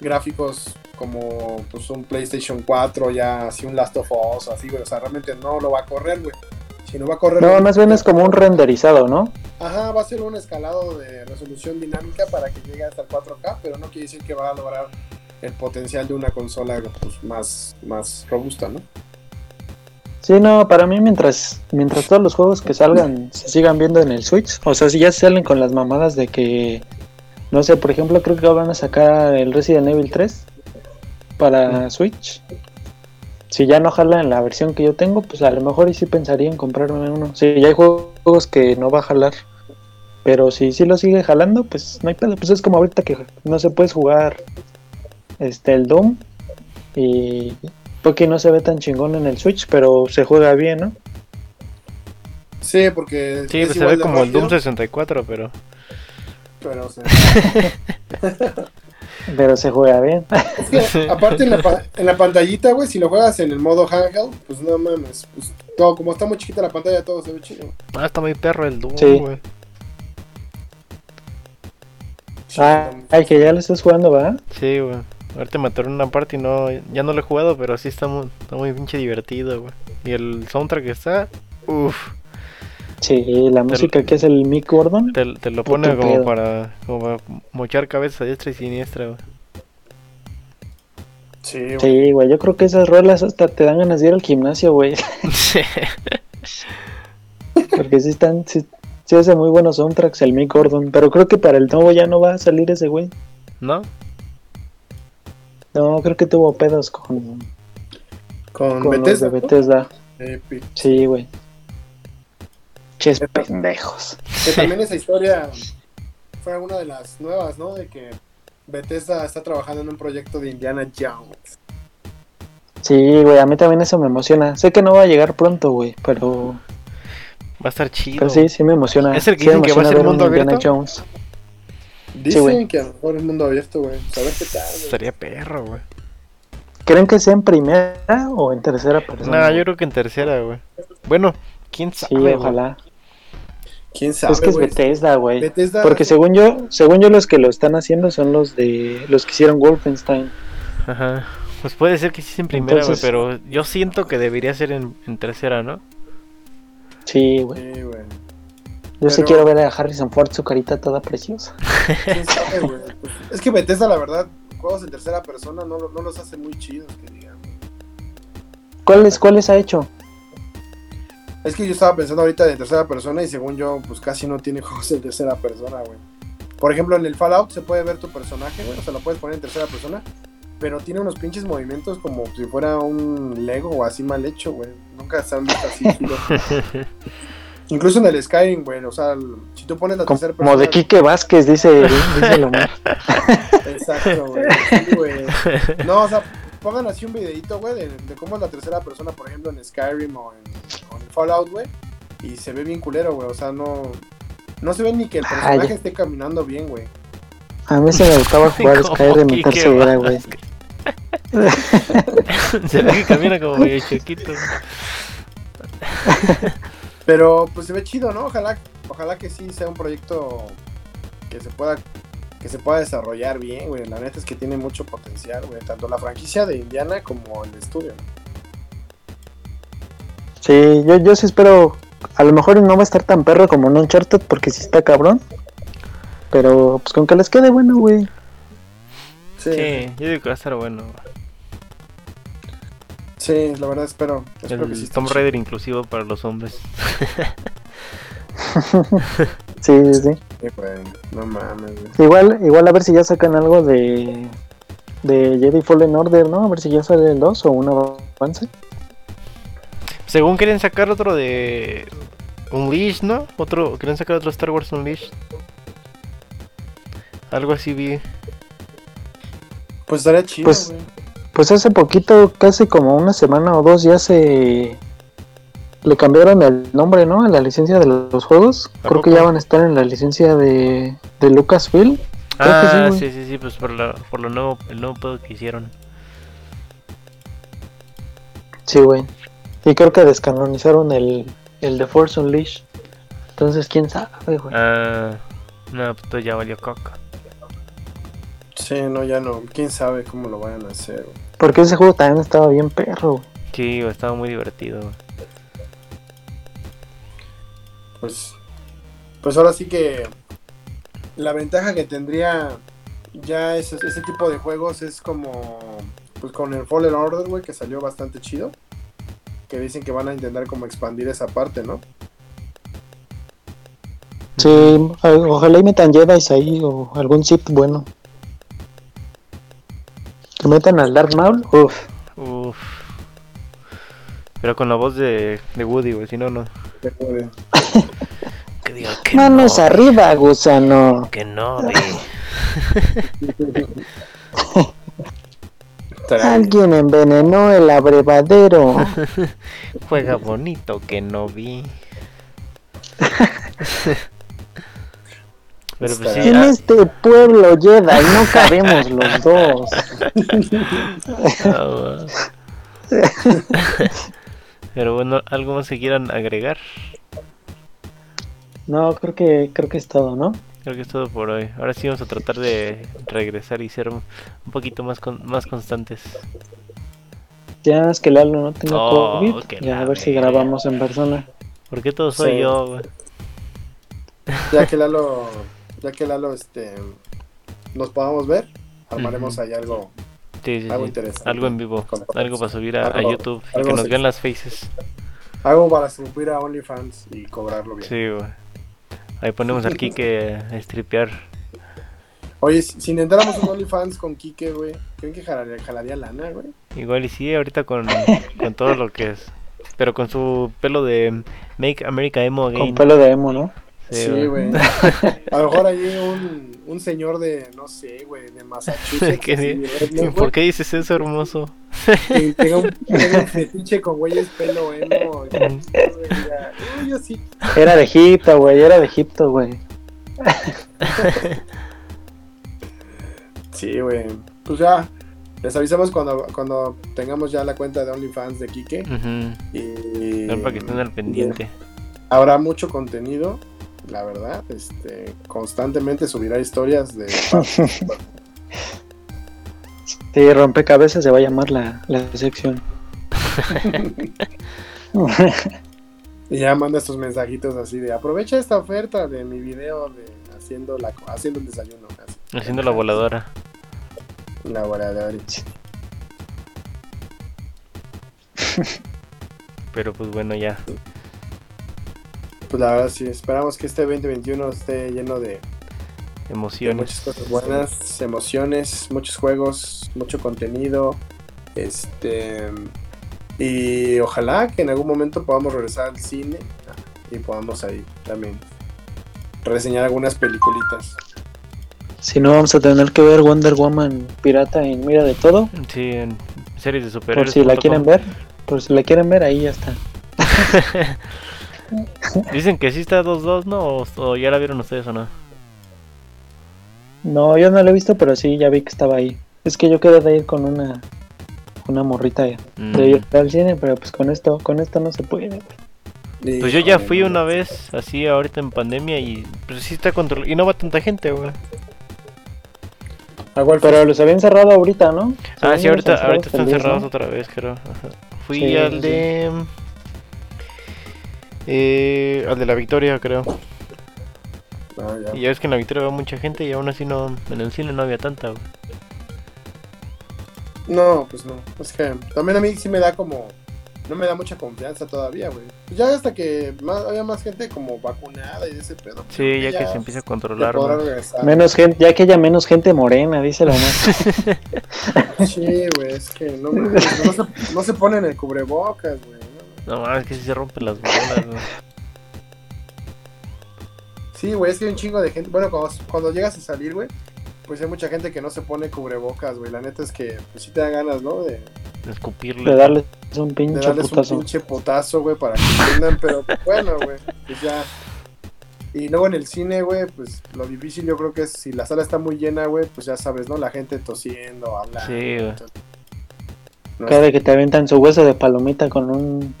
gráficos como pues un PlayStation 4 ya así un Last of Us así güey o sea realmente no lo va a correr güey sino va a correr
No,
güey,
más bien es como un renderizado, ¿no?
Ajá, va a ser un escalado de resolución dinámica para que llegue hasta el 4K, pero no quiere decir que va a lograr el potencial de una consola pues, más, más robusta, ¿no?
Sí, no, para mí mientras mientras todos los juegos que salgan se sigan viendo en el Switch, o sea, si ya salen con las mamadas de que, no sé, por ejemplo, creo que van a sacar el Resident Evil 3 para Switch. Si ya no jala en la versión que yo tengo, pues a lo mejor y sí pensaría en comprarme uno. Sí, ya hay juegos que no va a jalar, pero si sí lo sigue jalando, pues no hay pedo. Pues es como ahorita que no se puede jugar este el Doom y porque pues no se ve tan chingón en el Switch, pero se juega bien, ¿no?
Sí, porque... es
pues se
igual
ve
de
como el
rápido,
Doom 64, pero.
Pero, o sea,
Pero se juega bien.
es que, aparte en la, pa- en la pantallita, güey, si lo juegas en el modo handheld, pues no mames, pues todo, como está muy chiquita la pantalla, todo se ve chido.
Ah, está muy perro el Doom,
Sí.
güey.
Ah, ay, que ya lo estás jugando, ¿va?
Sí, güey. Ahorita mataron una parte y no, ya no lo he jugado, pero sí está muy, está muy pinche divertido, güey. Y el soundtrack está, uff,
Sí, la música que es el Mick Gordon.
te, te lo
Puto
pone como
pedo.
para, como para mochar cabezas a diestra y siniestra, güey.
Sí, güey.
Sí, güey, yo creo que esas rolas hasta te dan ganas de ir al gimnasio, güey. Porque sí están, sí, sí hace muy buenos soundtracks el Mick Gordon. Pero creo que para el nuevo ya no va a salir ese güey.
¿No?
No, creo que tuvo pedos con,
Con,
con los
Bethesda,
de
¿no?
Bethesda.
Eh, pi-
Sí, güey. Ches pendejos.
Que también esa historia fue una de las nuevas, ¿no? De que Bethesda está trabajando en un proyecto de Indiana Jones.
Sí, güey, a mí también eso me emociona. Sé que no va a llegar pronto, güey, pero,
Va a estar chido.
pero Pues sí, sí me emociona.
¿Es el que
Sí me
dicen que va a
emociona
ser
ver un
mundo
Indiana
abierto?
Jones.
Dicen
güey.
que a lo mejor es mundo abierto, güey. pues, A ver qué tal, güey.
Estaría perro, güey.
¿Creen que sea en primera o en tercera persona?
Nah, yo creo que en tercera, güey. Bueno, quién sabe,
Pues Sí,
güey.
ojalá.
¿Quién sabe,
es que es
güey?
Bethesda, güey.
Bethesda-
Porque según yo, según yo los que lo están haciendo son los de los que hicieron Wolfenstein.
Ajá. Pues puede ser que sí sea en primera, güey,
Entonces-
pero yo siento que debería ser en, en tercera, ¿no?
Sí, güey.
Sí, güey.
Yo sí
Pero-
quiero ver a Harrison Ford su carita toda preciosa.
¿Quién sabe, güey? Pues, es que Bethesda, la verdad, juegos en tercera persona no, lo- no los hace muy chidos, que digamos.
¿Cuáles cuáles ha hecho?
Es que yo estaba pensando ahorita de tercera persona y según yo, pues casi no tiene juegos en tercera persona, güey. Por ejemplo, en el Fallout se puede ver tu personaje, güey, o sea, lo puedes poner en tercera persona, pero tiene unos pinches movimientos como si fuera un Lego o así mal hecho, güey. Nunca se han visto así, chido. Incluso en el Skyrim, güey, o sea, el- si tú pones la tercera persona...
Como de Quique Vázquez, dice, dice Lomar.
Exacto, güey. Sí, güey. No, o sea, pongan así un videito, güey, de, de cómo es la tercera persona, por ejemplo, en Skyrim o en, o en Fallout, güey. Y se ve bien culero, güey. O sea, no. No se ve ni que el personaje
ya.
esté caminando bien, güey.
A mí se me gustaba jugar
Como
Skyrim en
Quique
tercera, güey.
Se ve que camina como medio chiquito.
Pero pues se ve chido, ¿no? Ojalá, ojalá que sí sea un proyecto que se pueda que se pueda desarrollar bien, güey. La neta es que tiene mucho potencial, güey. Tanto la franquicia de Indiana como el estudio. ¿no?
Sí, yo, yo sí espero. A lo mejor no va a estar tan perro como en Uncharted porque sí está cabrón. Pero pues con que les quede bueno, güey.
Sí, yo digo que va a estar bueno. güey.
Sí, la verdad espero. espero que sí
El
esté
Tomb
chido.
Raider inclusivo para los hombres.
Sí, sí, sí.
Sí, güey. No mames, güey.
Igual, igual a ver si ya sacan algo de, de Jedi Fallen Order, ¿no? A ver si ya sale el 2 o un avance.
Según quieren sacar otro de Unleashed, ¿no? Otro, quieren sacar otro Star Wars Unleashed. Algo así vi.
Pues estaría chido,
Pues-
güey.
Pues hace poquito, casi como una semana o dos, ya se le cambiaron el nombre, ¿no? A la licencia de los juegos. Creo que
poco?
ya van a estar en la licencia de, de Lucasfilm. Creo que sí,
Ah,
güey.
sí, sí, sí, pues por, la, por lo nuevo, el nuevo pedo que hicieron.
Sí, güey. Y creo que descanonizaron el, el de Force Unleashed. Entonces, quién sabe, güey.
Ah, no, pues todo ya valió coca.
Sí, no, ya no. Quién sabe cómo lo vayan a hacer. güey.
Porque ese juego también estaba bien perro. güey.
Sí, güey, estaba muy divertido. güey.
Pues, pues ahora sí que la ventaja que tendría ya ese, ese tipo de juegos es como pues con el Fallen Order, güey, que salió bastante chido. Que dicen que van a intentar como expandir esa parte, ¿no?
Sí, o- ojalá y metan Jedi ahí o algún Sith bueno. Que metan al Dark Maul, uff.
Uf. Pero con la voz de, de Woody, güey, si no, no.
Que puede.
Que diga que
Manos
no.
arriba, gusano.
Que no, güey.
Estaría bien.
Alguien envenenó el abrevadero.
Juega bonito que no vi. Pero pues sí,
en
ah,
este pueblo Jedi no cabemos los dos.
ah, va. Pero bueno, algo más que quieran agregar.
No, creo que creo que es todo, ¿no?
Creo que es todo por hoy. Ahora sí vamos a tratar de regresar y ser un un poquito más con- más constantes.
Ya es que Lalo no tenga
Oh,
COVID.
que
Ya
la
a ver si
verga.
grabamos en persona.
Porque todo soy
Sí.
yo, güey.
Ya que Lalo, ya que Lalo, este, nos podamos ver, armaremos
Ujú.
ahí algo.
Sí, sí,
Algo
sí.
interesante.
Algo en vivo.
Con-
Algo para subir a, a
algo-
YouTube. y
algo
que nos
sexy.
vean las faces.
Algo para subir a OnlyFans y cobrarlo bien.
Sí, güey. Ahí ponemos al Kike a estripear.
Oye, si, si intentáramos un OnlyFans con Kike, güey, ¿creen que jalaría, jalaría lana, güey?
Igual y sí, ahorita con, con todo lo que es. Pero con su pelo de Make America Emo
Con
Again.
pelo de emo, ¿no?
Sí,
Sí,
güey.
güey. A lo mejor ahí un, un señor de, no sé, güey, de Massachusetts.
¿Qué
así,
di-
de
¿Por
Redneck, güey,
qué dices eso, hermoso?
que Tenga un, tenga un fetiche con güeyes pelo emo. y- güey, ya. Uy, yo sí.
Era de Egipto, güey, era de Egipto, güey.
Sí, güey. Pues ya, les avisamos cuando, cuando tengamos ya la cuenta de OnlyFans de Kike.
Ujú.
Y,
No, para que estén al pendiente.
Habrá mucho contenido, la verdad. Este, constantemente subirá historias de.
Sí, rompecabezas se va a llamar la, la sección.
y ya manda estos mensajitos así de aprovecha esta oferta de mi video de haciendo la haciendo el desayuno. así.
Haciendo la voladora.
La voladora.
Pero pues bueno, ya.
Pues la verdad sí, esperamos que este 2021 esté lleno de, de muchas
Emociones.
cosas buenas, emociones, muchos juegos, mucho contenido. Este y ojalá que en algún momento podamos regresar al cine y podamos ahí también reseñar algunas peliculitas.
Si no, vamos a tener que ver Wonder Woman pirata en Mira de Todo.
Sí, en series de
Por
superhéroes.
si
punto
la
com.
quieren ver. Por si la quieren ver, ahí ya está.
Dicen que sí está 2-2, ¿no? O, o ya la vieron ustedes o no.
No, yo no lo he visto, pero sí, ya vi que estaba ahí. Es que yo quería de ir con una, una morrita de
Mm.
de ir al cine, pero pues con esto, con esto no se puede.
Pues yo ya
Híjole,
fui
no.
una vez, así ahorita en pandemia, y pues sí está controlado. Y no va tanta gente, güey.
¿A cuál
Pero
fuiste?
los habían cerrado ahorita, ¿no?
Ah, sí,
Según los
ahorita,
han cerrado
ahorita están
hasta el
cerrados
10,
otra vez, creo. Ajá. Fui
Sí,
al
sí.
de. eh, al de la Victoria, creo.
Ah, ya.
Y ya ves que en la Victoria va mucha gente y aún así no. En el cine no había tanta, güey.
No, pues no. Es que también a mí sí me da como. No me da mucha confianza todavía, güey. Ya hasta que más, había más gente como vacunada y de ese pedo.
Sí, ya que se empieza a
a
controlar,
podrá
güey.
¿no?
regresar.
Menos gente, ya que haya menos gente morena, dice la más.
Sí, güey, es que no, no, se, no se ponen el cubrebocas, güey. ¿no?
No mames, que sí se rompen las bolas, güey.
Sí, güey, es que hay un chingo de gente. Bueno, cuando, cuando llegas a salir, güey, pues hay mucha gente que no se pone cubrebocas, güey. La neta es que pues, sí te dan ganas, ¿no? De,
escupirle.
De darles un
de
pinche
darles
putazo.
un pinche potazo, güey, para que entiendan, pero pues, bueno, güey, pues ya. Y luego en el cine, güey, pues lo difícil yo creo que es si la sala está muy llena, güey, pues ya sabes, ¿no? La gente tosiendo, hablando.
Sí, güey.
entonces, no es-
Cada que te avientan su hueso de palomita con un.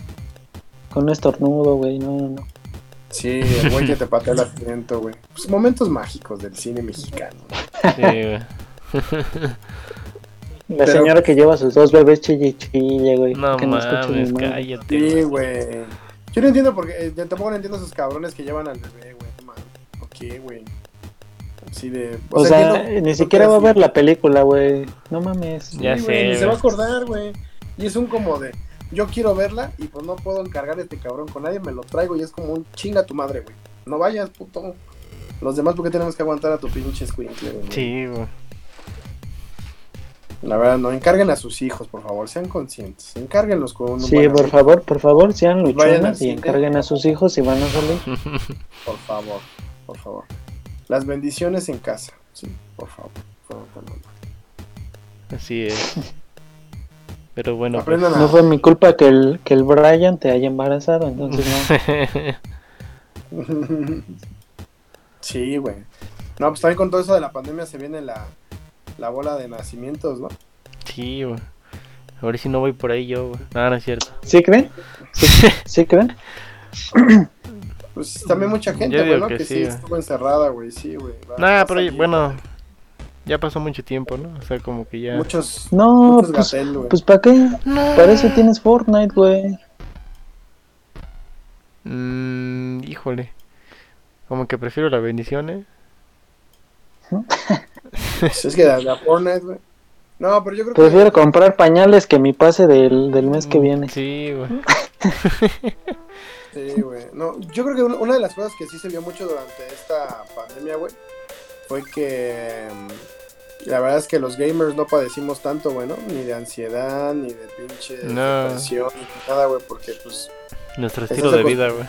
Con un estornudo, güey. No, no, no.
Sí, el güey que te patea el asiento, güey. Pues momentos mágicos del cine mexicano.
Sí, güey.
La
Pero-
señora que lleva sus dos bebés chille y chille, güey.
No
que escuchen
mames,
ni madre.
cállate.
Sí,
güey.
güey. Yo no entiendo porque yo tampoco no entiendo esos cabrones que llevan al bebé, güey. no mames. ¿Por qué, güey? Así de.
O, sea,
entiendo por
ni
qué
siquiera va a
así.
ver la película, güey. No mames.
Ya
Sí,
sé,
güey, ni se
güey.
va a acordar, güey. Y es un como de, yo quiero verla y pues no puedo encargar a este cabrón con nadie, me lo traigo y es como un chinga tu madre, güey. No vayas, puto. Los demás, ¿por qué tenemos que aguantar a tu pinche escuincle, güey?
Sí, güey.
La verdad, no. Encarguen a sus hijos, por favor. Sean conscientes. Encárguenlos con un
Sí,
buen
por
amigo,
favor, por favor, sean
Vayan al
luchones y
cine.
encarguen a sus hijos y van a salir.
Por favor, por favor. Las bendiciones en casa. Sí, por favor. por favor, por favor.
Así es. Pero bueno, pues.
Aprendan a...
No fue mi culpa que el, que el Brian te haya embarazado, entonces no.
sí, güey. No, pues también con todo eso de la pandemia se viene la, la bola de nacimientos, ¿no?
sí, güey. A ver si no voy por ahí yo, güey. Ah, No, no es cierto.
¿Sí creen? ¿Sí, sí creen?
Pues también mucha gente,
Yo
güey,
digo
¿no?
que
Que,
sí,
sí,
güey.
estuvo encerrada, güey, sí, güey. va- va
Nada,
a
pero
salir,
bueno, ya pasó mucho tiempo, ¿no? O sea, como que ya.
güey. Muchos,
No,
muchos
pues,
gatel, güey.
pues ¿para qué?
No.
Para eso tienes Fortnite, güey.
Mm, híjole. Como que prefiero la bendición, ¿eh?
Pues es que la, la Fortnite, güey. No, pero yo creo
Prefiero comprar pañales que mi pase del, del mes que viene.
Mm, Sí, güey.
que... Sí, güey. No, yo creo que una- una de las cosas que sí se vio mucho durante esta pandemia, güey, fue que... mm, La verdad es que los gamers no padecimos tanto, güey, ¿no? Ni de ansiedad, ni de pinche
No.
depresión, ni nada, güey, porque, pues,
Nuestro
Eso
estilo
se
de
con-
vida, güey.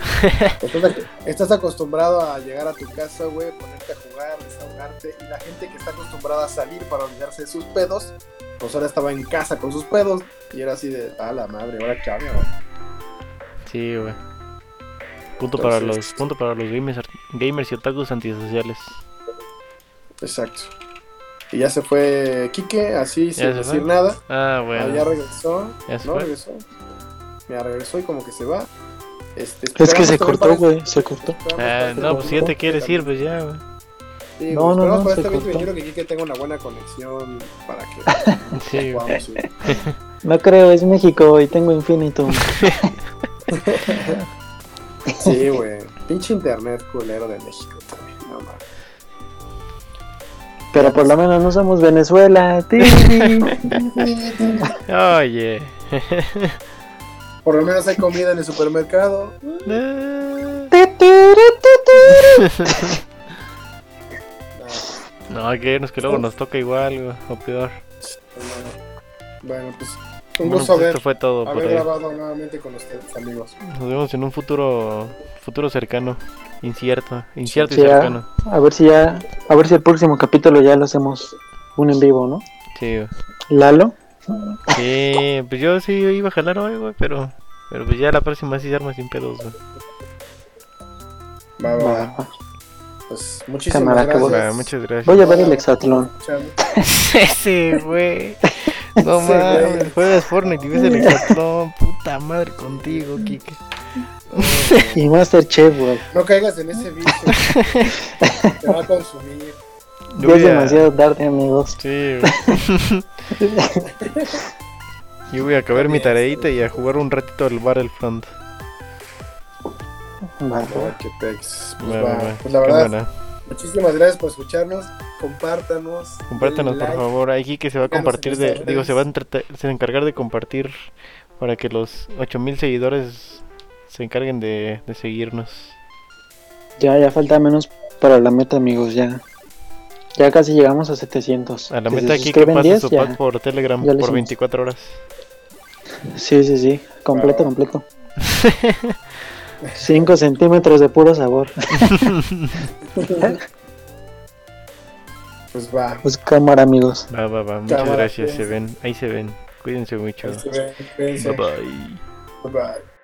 Estás, ac- estás acostumbrado a llegar a tu casa, güey, ponerte a jugar, desahogarte. Y la gente que está acostumbrada a salir para olvidarse de sus pedos, pues ahora estaba en casa con sus pedos. Y era así de, a la madre, ahora qué hago, güey?".
Sí, güey. Punto para
Entonces-
los punto para los gamers, ar- gamers y otakus antisociales.
Exacto. Y ya se fue Quique, así, sin
se
decir
fue?
nada.
Ah,
Ah,
bueno.
ya regresó.
Ya se
no,
fue.
regresó. Mira, regresó y como que se va. Este,
Es que
esperamos
se
también
cortó,
para-
güey, se cortó.
esperamos para
Ah,
este
no, pues si ya
domingo
te quieres ir,
también-
pues ya, güey.
Sí,
No,
güey,
no,
esperamos
no,
para
se
este
cortó.
2021 que Quique tenga una buena conexión para que
Sí, güey.
podamos ir.
No creo, es México y tengo infinito.
Sí, güey. Pinche internet culero de México también. No mames.
Pero por lo menos no somos Venezuela. tiri.
Oye.
Por lo menos hay comida en el supermercado. Ah,
No, hay que irnos que luego nos toca igual, güey, o peor.
Pues bueno. bueno, pues un
Bueno,
gusto
pues
haber,
esto fue todo por
haber
hoy.
grabado nuevamente con ustedes, amigos.
Nos vemos en un futuro futuro cercano, incierto, incierto
Sí,
y
ya.
cercano.
A ver si ya, a ver si el próximo capítulo ya lo hacemos un en vivo, ¿no?
Sí, güey.
Lalo.
Sí, pues yo sí iba a jalar hoy, güey, pero pero pues ya la próxima sí se arma sin pedos, güey.
Va, va, va.
Va.
Pues muchísimas
Cámara, qué
Ah,
gracias.
muchas gracias.
Voy a ver el hexatlón.
Chao.
Ese, güey. No
Ese, güey.
mames, juegas Fortnite y ves el hexatlón. Puta madre contigo, Kike.
Y Masterchef, güey.
No caigas en ese bicho. Te va a consumir.
Yo
Ya es
voy a-
demasiado tarde, amigos.
Sí, güey. Yo voy a acabar mi tareita y a jugar un ratito al Battlefront.
Va.
Ay, qué pex. Pues,
Bueno,
va.
güey,
Pues la
qué
verdad,
buena.
muchísimas gracias por escucharnos. Compártanos.
Compártanos,
denle
por
like.
favor. Ahí que se va a
Síganos en
compartir de.
nuestras
Digo,
redes.
se va a entrete- se va a encargar de compartir para que los 8000 seguidores se encarguen de, de seguirnos.
Ya, ya falta menos para la meta, amigos. Ya, ya casi llegamos a 700.
A la
Si se
meta aquí que
suscriben
pasa
10,
su
ya.
pack por Telegram
ya lo
por
hicimos.
24 horas.
Sí, sí, sí. Completo,
Wow.
completo. 5 centímetros de puro sabor.
Pues va.
Pues cámara, amigos.
Va, va, va. Muchas
Cámara,
gracias. Se
cuídense.
ven. Ahí se ven. Cuídense mucho.
Ahí se ve, Este, cuídense.
Bye bye.
Bye, bye.